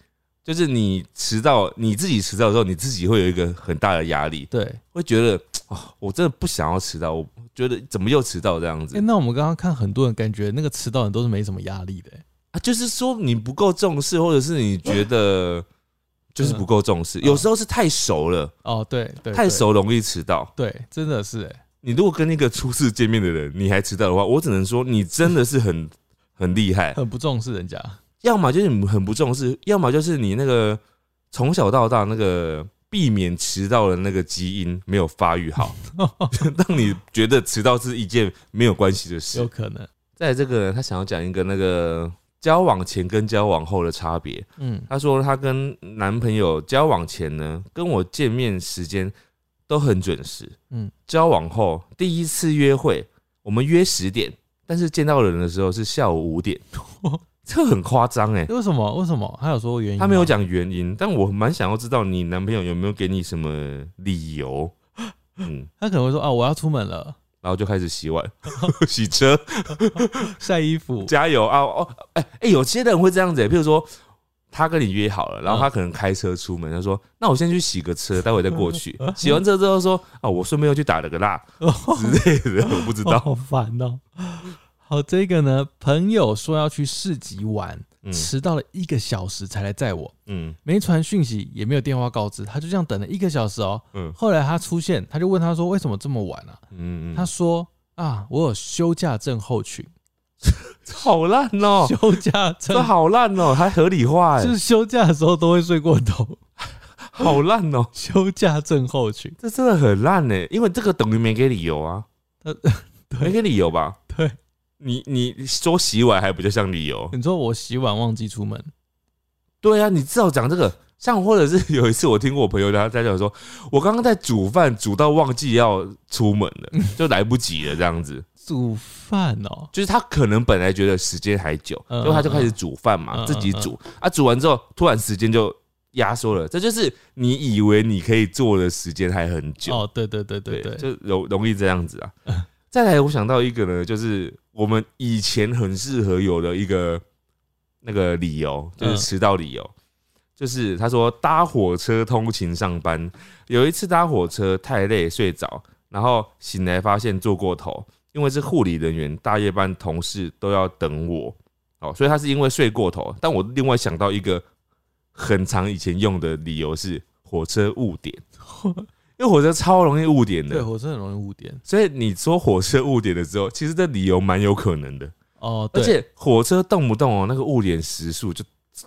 就是你迟到，你自己迟到的时候，你自己会有一个很大的压力，
对。哎、
会觉得啊、我真的不想要迟到，我觉得怎么又迟到这样子、
欸那我们刚刚看很多人，感觉那个迟到人都是没什么压力的、欸
啊？就是说你不够重视，或者是你觉得 就是不够重视，
嗯
有时候是太熟了，
哦，对对，
太
对，
熟容易迟到。
对，真的是、欸，
你如果跟一个初次见面的人，你还迟到的话，我只能说你真的是很很厉 害。
很不重视人家。
要么就是你很不重视，要么就是你那个从小到大那个避免迟到的那个基因没有发育好，让你觉得迟到是一件没有关系的
有
事。
可能，
再来这个人，他想要讲一个那个交往前跟交往后的差别。
嗯，
她说她跟男朋友交往前呢，跟我见面时间都很准时。
嗯
嗯，交往后第一次约会，我们约十点，但是见到人的时候是下午五点，这很夸张哎。
欸为什么？为什么？他有说原因？
她没有，讲原因，但我蛮想要知道你男朋友有没有给你什么理由。嗯，
他可能会说啊，我要出门了，
然后就开始 洗碗、洗车，
晒衣服。
加油啊！哦，哎、哎、有些人会这样子、欸，譬如说他跟你约好了，然后
嗯
他可能开车出门，他说：“那我先去洗个车，待会再过 去。”洗完车之后说：“啊，我顺便又去打了个蜡之类的。”我不知
哦
道，
好烦哦、 好，这个呢，朋友说要去市集玩，
嗯
迟到了一个小时才来载我，
嗯
没传讯息，也没有电话告知，他就这样等了一个小时哦、
嗯
后来他出现，他就问他说：“为什么这么晚啊？”
嗯，
他说：“啊，我有休假症候群，
好烂 哦、
休假
这
症
好烂哦、还合理化哎、
就是休假的时候都会睡过头，
好烂哦、
休假症候群。
这真的很烂哎、因为这个等于没给理由啊
呃，
没给理由吧？
对，
你你说洗碗还比较像理由，
你说我洗碗忘记出门，
对啊，你至少讲这个。像或者是有一次我听过我朋友他在讲说，我刚刚在煮饭，煮到忘记要出门 了，就来不及了这样子。
煮饭哦，
就是他可能本来觉得时间还久，
嗯
结果他就开始煮饭嘛，
嗯
自己煮啊，煮完之后突然时间就压缩了，这就是你以为你可以做的时间还很久，
哦，对对对对对，
就容容易这样子啊。再来，我想到一个呢，就是我们以前很适合有的一个那个理由，就是
嗯
迟到理由，就是他说搭火车通勤上班，有一次搭火车太累睡着，然后醒来发现坐过头，因为是护理人员，大夜班同事都要等我，哦，所以他是因为睡过头。但我另外想到一个很长以前用的理由是火车误 点。因为火车超容易误点的
对，，火车很容易误点
所以你说火车误点的时候，其实这理由蛮有可能的。
哦，
而
对，
且火车动不动哦，那个误点时速就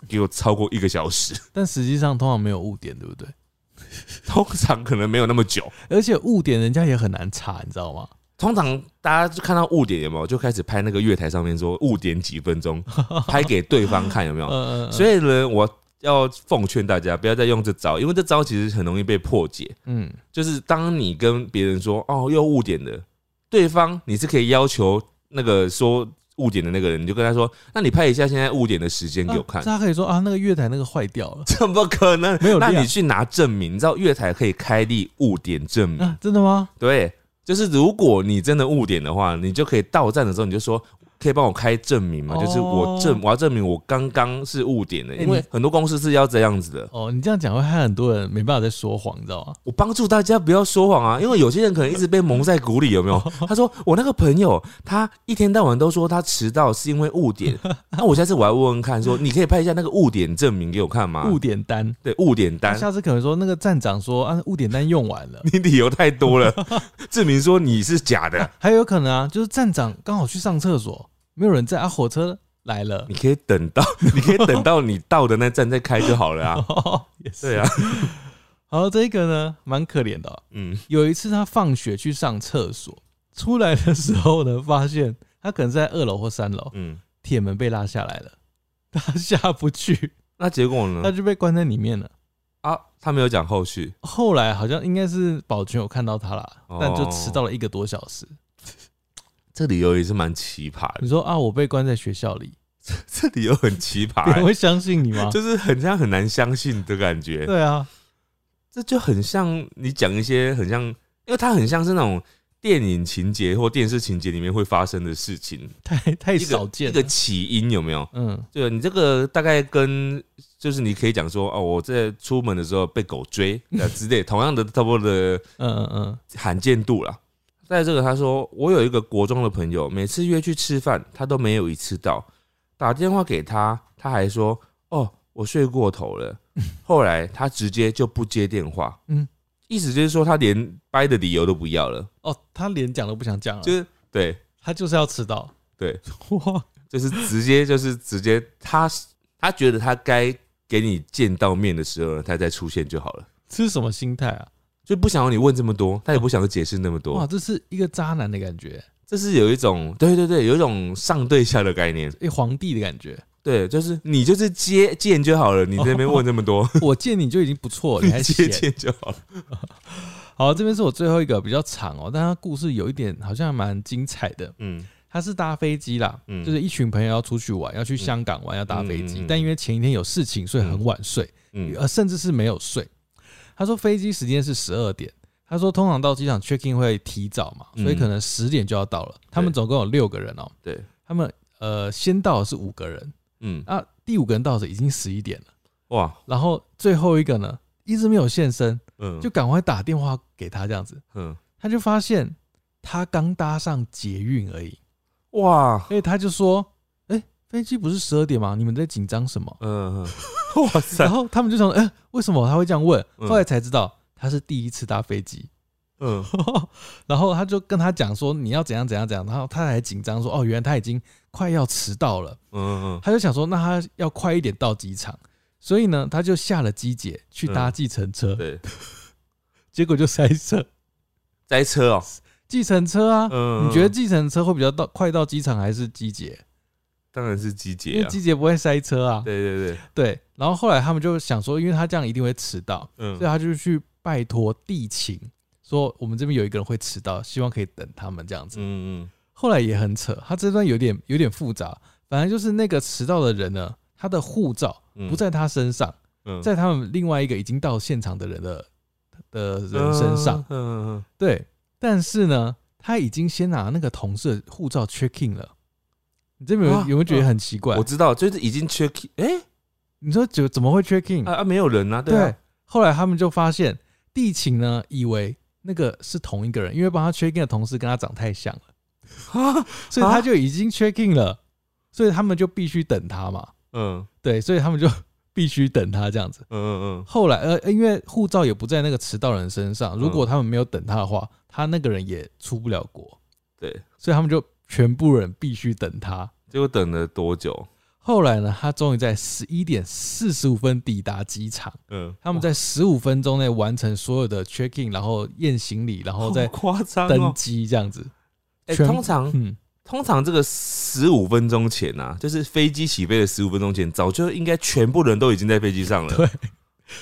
给我超过一个小时，
但实际上通常没有误点，对不对？
通常可能没有那么久。
而且误点人家也很难查，你知道吗？
通常大家就看到误点有没有，就开始拍那个月台上面说误点几 分钟，拍给对方看有没有。
嗯嗯，
哦所
以
以呢，我要奉劝大家不要再用这招，因为这招其实很容易被破解。
嗯，
就是当你跟别人说哦又误点了，对方你是可以要求那个说误点的那个人，你就跟他说，那你拍一下现在误点的时间给我看。
啊他可以说啊，那个月台那个坏掉了
怎么可能？
没有啊
那
量
你去拿证明，你知道月台可以开立误点证明，
啊，真的吗？
对，就是如果你真的误点的话，你就可以到站的时候你就说。可以帮我开证明吗？
哦
就是我证，我要证明我刚刚是误点的，
哎
因为
你
很多公司是要这样子的。
哦，你这样讲会害很多人没办法再说谎，你知道吗？
我帮助大家不要说谎啊，因为有些人可能一直被蒙在鼓里，有没有？他说我那个朋友，他一天到晚都说他迟到是因为误 点，那我下次我要问问看说你可以拍一下那个误点证明给我看吗？
误点单，
对误点
他
啊单，
下次可能说那个站长说啊，误点单用完了，
你理由太多了，证明说你是 假的。
还有可能啊，就是站长刚好去上厕所，没有人在啊，火车来了
你。可以等到，你可以等到你到的那站再开就好了啊。
哦，也是
对啊，
好，这个呢，蛮可怜的哦、
嗯，
有一次他放学去上厕所，出来的时候呢，发现他可能在二楼或三楼，
嗯，
铁 门被拉下来了，他下不去，
那结果
他
呢？
就被关在里面了。
啊，他没有讲后续，
后来好像应该是宝全有看到他啦，
哦
但就迟到了一个多小时。
这理由也是蛮奇葩的，
你说啊，我被关在学校里，
这理由很奇葩、
别人
欸，
会相信你 吗？
就是很像很难相信的感觉。
对啊，
这就很像你讲一些很像，因为它很像是那种电影情节或电视情节里面会发生的事情，
太太
一个
少见
一
了
个。起因有没有？
嗯，
对，啊你这个大概跟就是你可以讲说哦，我在出门的时候被狗追啊之类，同样的差不多的
嗯嗯嗯，
罕见度啦。在这个他说，我有一个国中的朋友，每次约去吃饭，他都没有一次到。打电话给他，他还说：“哦，我睡过头了。” 后来他直接就不接电话，嗯
嗯，
意思就是说他连掰的理由都不要了，
哦，他连讲都不想讲了，
就是对
他就是要迟到。
对，
哇，
就是直接就是 直接他他觉得他该给你见到面的时候呢，他再出现就好了，
这是什么心态啊？
就不想要你问这么多，他也不想要解释那么
哇，
多，
这是一个渣男的感觉，
这是有一种对对对，有一种上对下的概念。
一个皇帝的感觉。
对，就是你就是接见就好了，你在那边问这么多，
我见你就已经不错，哦你还
接
嫌
见就好了。
好，这边是我最后一个比较长哦，但它故事有一点好像蛮精彩的。
嗯，
他是搭飞机啦，
嗯
就是一群朋友要出去玩，要去香港玩，要搭飞机，
嗯嗯嗯
但因为前一天有事情，所以很晚睡，
嗯
呃，甚至是没有睡。他说飞机时间是十二点，他说通常到机场 check in 会提早嘛，
嗯
所以可能十点就要到了。他们总共有六个人哦、
对，
他们呃先到的是五个人，
嗯，
啊，第五个人到的时候已经十一点了，
哇，
然后最后一个呢一直没有现身，
嗯，
就赶快打电话给他这样子，
嗯，
他就发现他刚搭上捷运而已。
哇，
所以他就说：“哎、飞机不是十二点吗？你们在紧张什么
嗯，嗯 哇？”
然
塞，
后他们就想：“哎、为什么他会这样问？”
嗯
后来才知道他是第一次搭飞机。
嗯，
然后他就跟他讲说：“你要怎样怎样怎样。”然后他还紧张说：“哦，原来他已经快要迟到了。
嗯嗯”
他就想说：“那他要快一点到机场。”所以呢，他就下了机姐去搭
嗯
计程车，
嗯，对，
结果就塞车。
塞车哦，
计程车啊，
嗯
你觉得计程车会比较到快到机场还是机姐？
当然是集
因
结
为
啊，
机姐不会塞车啊。
对对对，
对，然后后来他们就想说，因为他这样一定会迟到，所以
嗯，
他就去拜托地勤，说我们这边有一个人会迟到，希望可以等他们这样子。
嗯嗯，
后来也很扯，他这段有点有点复杂，反正就是那个迟到的人呢，他的护照
嗯
不在他身上，
嗯
在他们另外一个已经到现场的人的的人身上。，
嗯嗯嗯，
对，但是呢，他已经先拿那个同事的护照 check in 了。你这边有
啊
有没有觉得很奇怪
我？知道，就是已经 check，哎，
你说怎怎么会 check in？
啊啊，没有人啊，
对
啊，，
后来他们就发现地勤呢，以为那个是同一个人，因为帮他 check in 的同事跟他长太像了，
啊，
所以他就已经 check in 了，所以他们就必须等他嘛。
嗯
对，所以他们就必须等他这样子。
嗯嗯嗯，
后来呃，因为护照也不在那个迟到人身上，
嗯
如果他们没有等他的话，他那个人也出不了国，
对，
所以他们就全部人必须等他。
结果等了多久？
后来呢，他终于在十一点四十五分抵达机场。
嗯，
他们在十五分钟内完成所有的 check in，然后验行李，然后
好
再
夸张
登
哦，
机这样子。
哎，
全部
通常
嗯，
通常这个十五分钟前啊，就是飞机起飞的十五分钟前，早就应该全部人都已经在飞机上了。
对，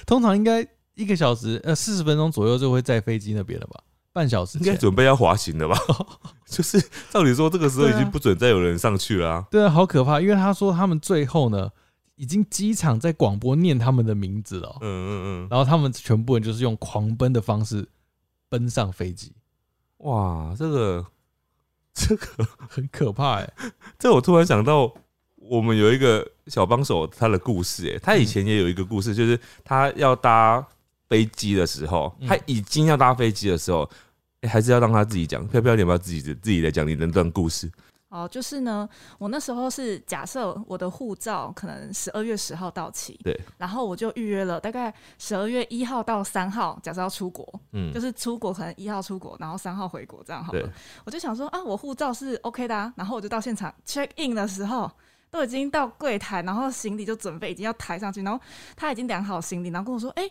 通常应该一个小时呃四十分钟左右就会在飞机那边了吧？半小时
应该
前
准备要滑行 了吧？就是照理说，这个时候已
对
经
啊
不准再有人上去了、 啊。
对啊，好可怕！因为他说他们最后呢，已经机场在广播念他们的名字了哦、
嗯嗯嗯，
然后他们全部人就是用狂奔的方式奔上飞机，
哇，这个这个，
很可怕哎、
这我突然想到，我们有一个小帮手，他的故事、哎，他以前也有一个故事，就是他要搭飞机的时候，
嗯
他已经要搭飞机的时候。哎还是要让他自己讲，飘飘，你要不要自己自己来讲你的那段故事？
哦，就是呢，我那时候是假设我的护照可能十二月十号到期，
对，
然后我就预约了大概十二月一号到三号，假设要出国，
嗯，
就是出国可能一号出国，然后三号回国这样好
对
了。我就想说啊，我护照是 OK 的、啊，然后我就到现场 check in 的时候。都已经到柜台，然后行李就准备已经要抬上去，然后他已经量好行李，然后跟我说：“哎、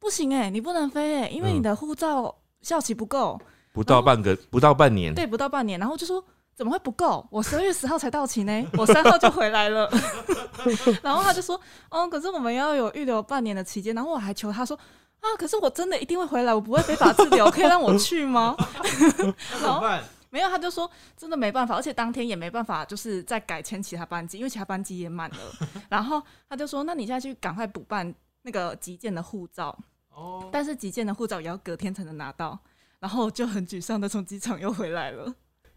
不行哎、你不能飞哎、因为
嗯
你的护照效期不够。
不到半个，不到半年，
对，不到半年，然后就说怎么会不够？我十二月十号才到期呢，我三号就回来了。 然后他就说，哦，可是我们要有预留半年的期间。然后我还求他说，啊，可是我真的一定会回来，我不会非法滞留，可以让我去吗？ 然后
办？
没有，他就说真的没办法，而且当天也没办法，就是再改签其他班机，因为其他班机 也满了。然后他就说，那你现在去赶快补办那个急件的护照，
哦，
但是急件的护照也要隔天才能拿到。然后我就很沮丧的从机场又回来了。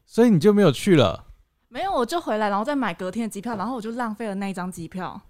所以你就没有去了？
没有，我就回来，然后再买隔天的机票，然后我就浪费了那一张机票。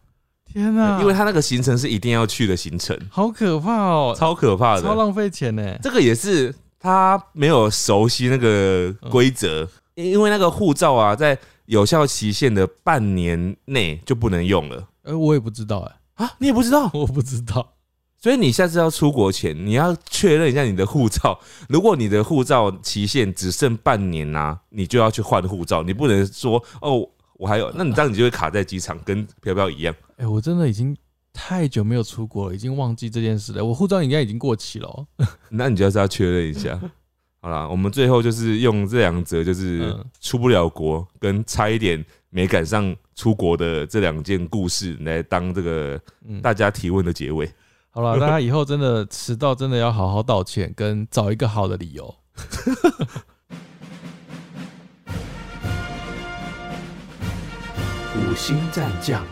天哪、
因为他那个行程是一定要去的行程，
好可怕哦，
嗯超可怕
超
的。
浪费钱呢。
这个也是他没有熟悉那个规则，因因为那个护照啊，在有效期限的半年内就不能用了
呃，我也不知道哎、
啊，你也不知道。
我不知道。
所以你下次要出国前，你要确认一下你的护照。 如果你的护照期限只剩半年呐、你就要去换护照，你不能说哦，我还有，那你这样你就会卡在机场，跟飘飘一样。
哎、我真的已经太久没有出国了，已经忘记这件事了。我护照应该已经过期了哦、
那你就是要确认 一下。好啦，我们最后就是用这两则，就是
嗯
出不了国跟差一点没赶上出国的这两件故事来当这个
嗯，
大家提问的结尾。
好了，大家以后真的迟到，真的要好好道歉，跟找一个好的理由。
五星战将，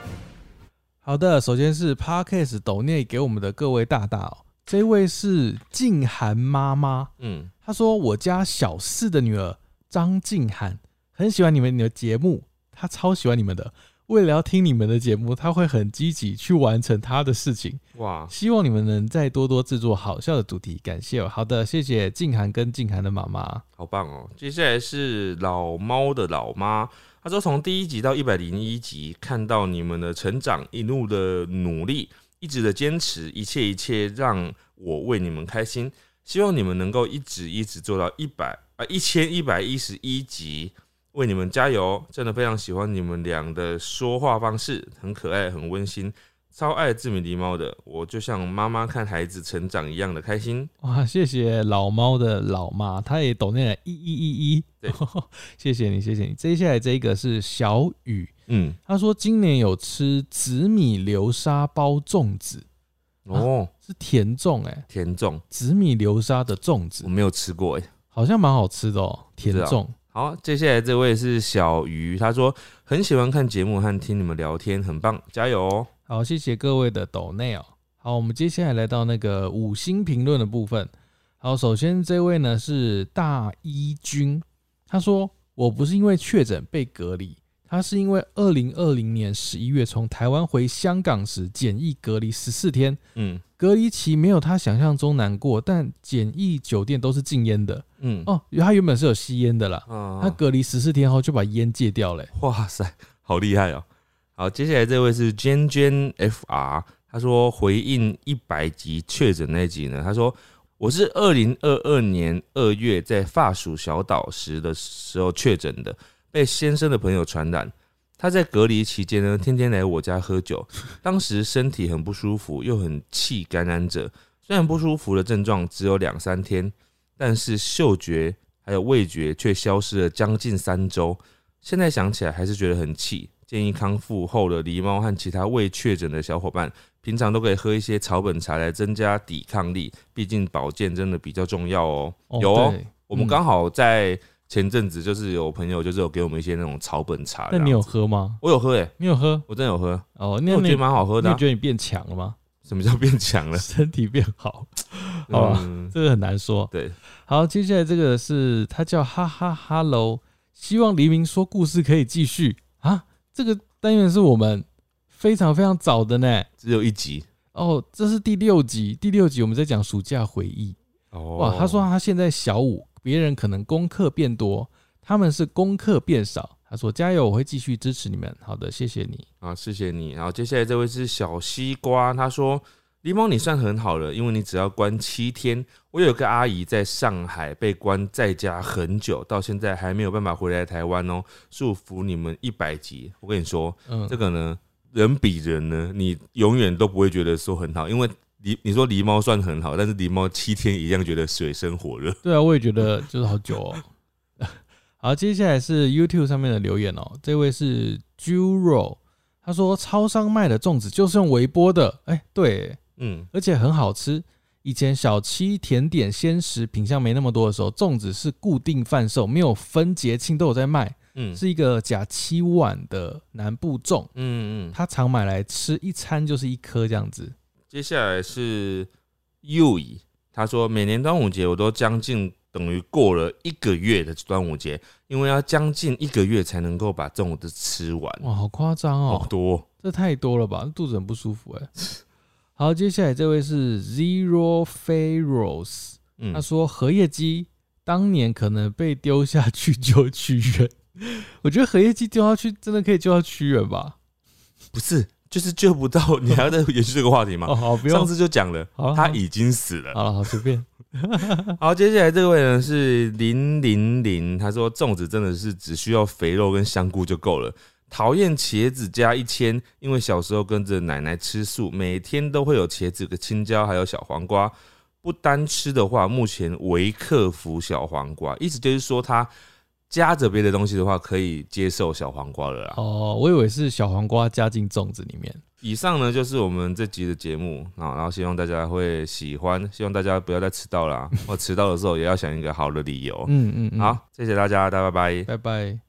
好的，首先是 Parkes 抖内给我们的各位大大哦，这位是静涵妈妈，
嗯，
她说我家小四的女儿张静涵很喜欢你们的节目，她超喜欢你们的。为了要听你们的节目，她会很积极去完成她的事情。
哇，
希望你们能再多多制作好笑的主题，感谢哦。好的，谢谢静涵跟静涵的妈妈。
好棒哦！接下来是老猫的老妈，她说从第一集到一百零一集，看到你们的成长，一路的努力，一直的坚持，一切一切让我为你们开心。希望你们能够一直一直做到一百啊一千一百一十一集，为你们加油！真的非常喜欢你们俩的说话方式，很可爱，很温馨，超爱志明狸猫的，我就像妈妈看孩子成长一样的开心。
哇，谢谢老猫的老妈，她也抖内了一一一一
对，
谢谢你，谢谢你。接下来这一个是小雨，
嗯，
她说今年有吃紫米流沙包粽子，
哦，
是甜粽哎、
甜粽
紫米流沙的粽
我
子
没有吃过哎。
好像蛮好吃的哦，甜
不知
粽。
好，接下来这位是小鱼，他说很喜欢看节目和听你们聊天，很棒，加油哦！
好，谢谢各位的抖内哦。好，我们接下来来到那个五星评论的部分。好，首先这位呢是大一君，他说我不是因为确诊被隔离，他是因为二零二零年十一月从台湾回香港时检疫隔离十四天，
嗯
隔离期没有他想象中难过，但检疫酒店都是禁烟的
嗯
哦，他原本是有吸烟的啦，
哦
他隔离十四天后就把烟戒掉了欸、
哇塞，好厉害哦！好，接下来这位是娟娟 FR，他说回应一百集确诊那集呢，他说我是二零二二年二月在法属小岛时的时候确诊的，被先生的朋友传染。他在隔离期间呢，天天来我家喝酒，当时身体很不舒服，又很气感染者。虽然不舒服的症状只有两三天，但是嗅觉还有味觉却消失了将近三周。现在想起来还是觉得很气。建议康复后的狸猫和其他未确诊的小伙伴，平常都可以喝一些草本茶来增加抵抗力，毕竟保健真的比较重要哦。有哦，
对
我们
嗯
刚好在前阵子就是有朋友就是有给我们一些那种草本茶，
那你
这样
有
子？
喝吗？
我有喝诶、
你有喝
我真的有喝，
哦？
因
那
为我觉
你
得蛮好喝的啊、
你觉得你变强了吗？
什么叫变强 了？
身体变好， 好吧
嗯，
这个很难说。
对，
好，接下来这个是他叫哈哈哈喽，希望黎明说故事可以继续啊。这个单元是我们非常非常早的呢。
只有一集
哦，这是第六集，第六集我们在讲暑假回忆。
哦
哇，他说他现在小五，别人可能功课变多，他们是功课变少。他说加油，我会继续支持你们。好的，谢谢你。
啊，谢谢你。然后接下来这位是小西瓜，他说：“狸猫，你算很好了，因为你只要关七天。我有个阿姨在上海被关在家很久，到现在还没有办法回来台湾哦。祝福你们一百集。我跟你说，
嗯，
这个呢，人比人呢，你永远都不会觉得说很好，因为狸你说狸猫算很好，但是狸猫七天一样觉得水深火热。
对啊，我也觉得就是好久哦。 好，接下来是 YouTube 上面的留言哦，这位是 Juro，他说超商卖的粽子就是用微波的，哎、对，
嗯，
而且很好吃。以前小七甜点鲜食品相没那么多的时候，粽子是固定贩售，没有分节庆都有在卖，
嗯
是一个假七碗的南部粽，
嗯嗯。
他常买来吃，一餐就是一颗这样子。
接下来是 U 乙，他说每年端午节我都将近等于过了一个月的端午节，因为要将近一个月才能够把粽子吃完，
哇，好夸张
好
哦，
多。
这太多了吧，肚子很不舒服哎、 好，接下来这位是 Zero Pharaohs，
嗯
他，说荷叶鸡当年可能被丢下去就屈原， 我觉得荷叶鸡丢下去真的可以救到屈原吧？
不是，就是救不到，你还要再延续这个话题吗
哦，？好，不用哦
上，次就讲了
好，
他已经死了。
好了，好随 便。
好，接下来这位呢是零零零，他说粽子真的是只需要肥肉跟香菇就够了。讨厌茄子加一千，因为小时候跟着奶奶吃素，每天都会有茄子、个青椒，还有小黄瓜。不单吃的话，目前为克服小黄瓜，意思就是说它夹着别的东西的话，可以接受小黄瓜了啦。
哦，我以为是小黄瓜加进粽子里面。
以上呢就是我们这集的节目啊，然后希望大家会喜欢，希望大家不要再迟哦到啦，或迟到的时候也要想一个好的理由。
嗯嗯嗯，，
好，谢谢大家，大家拜拜。
拜拜。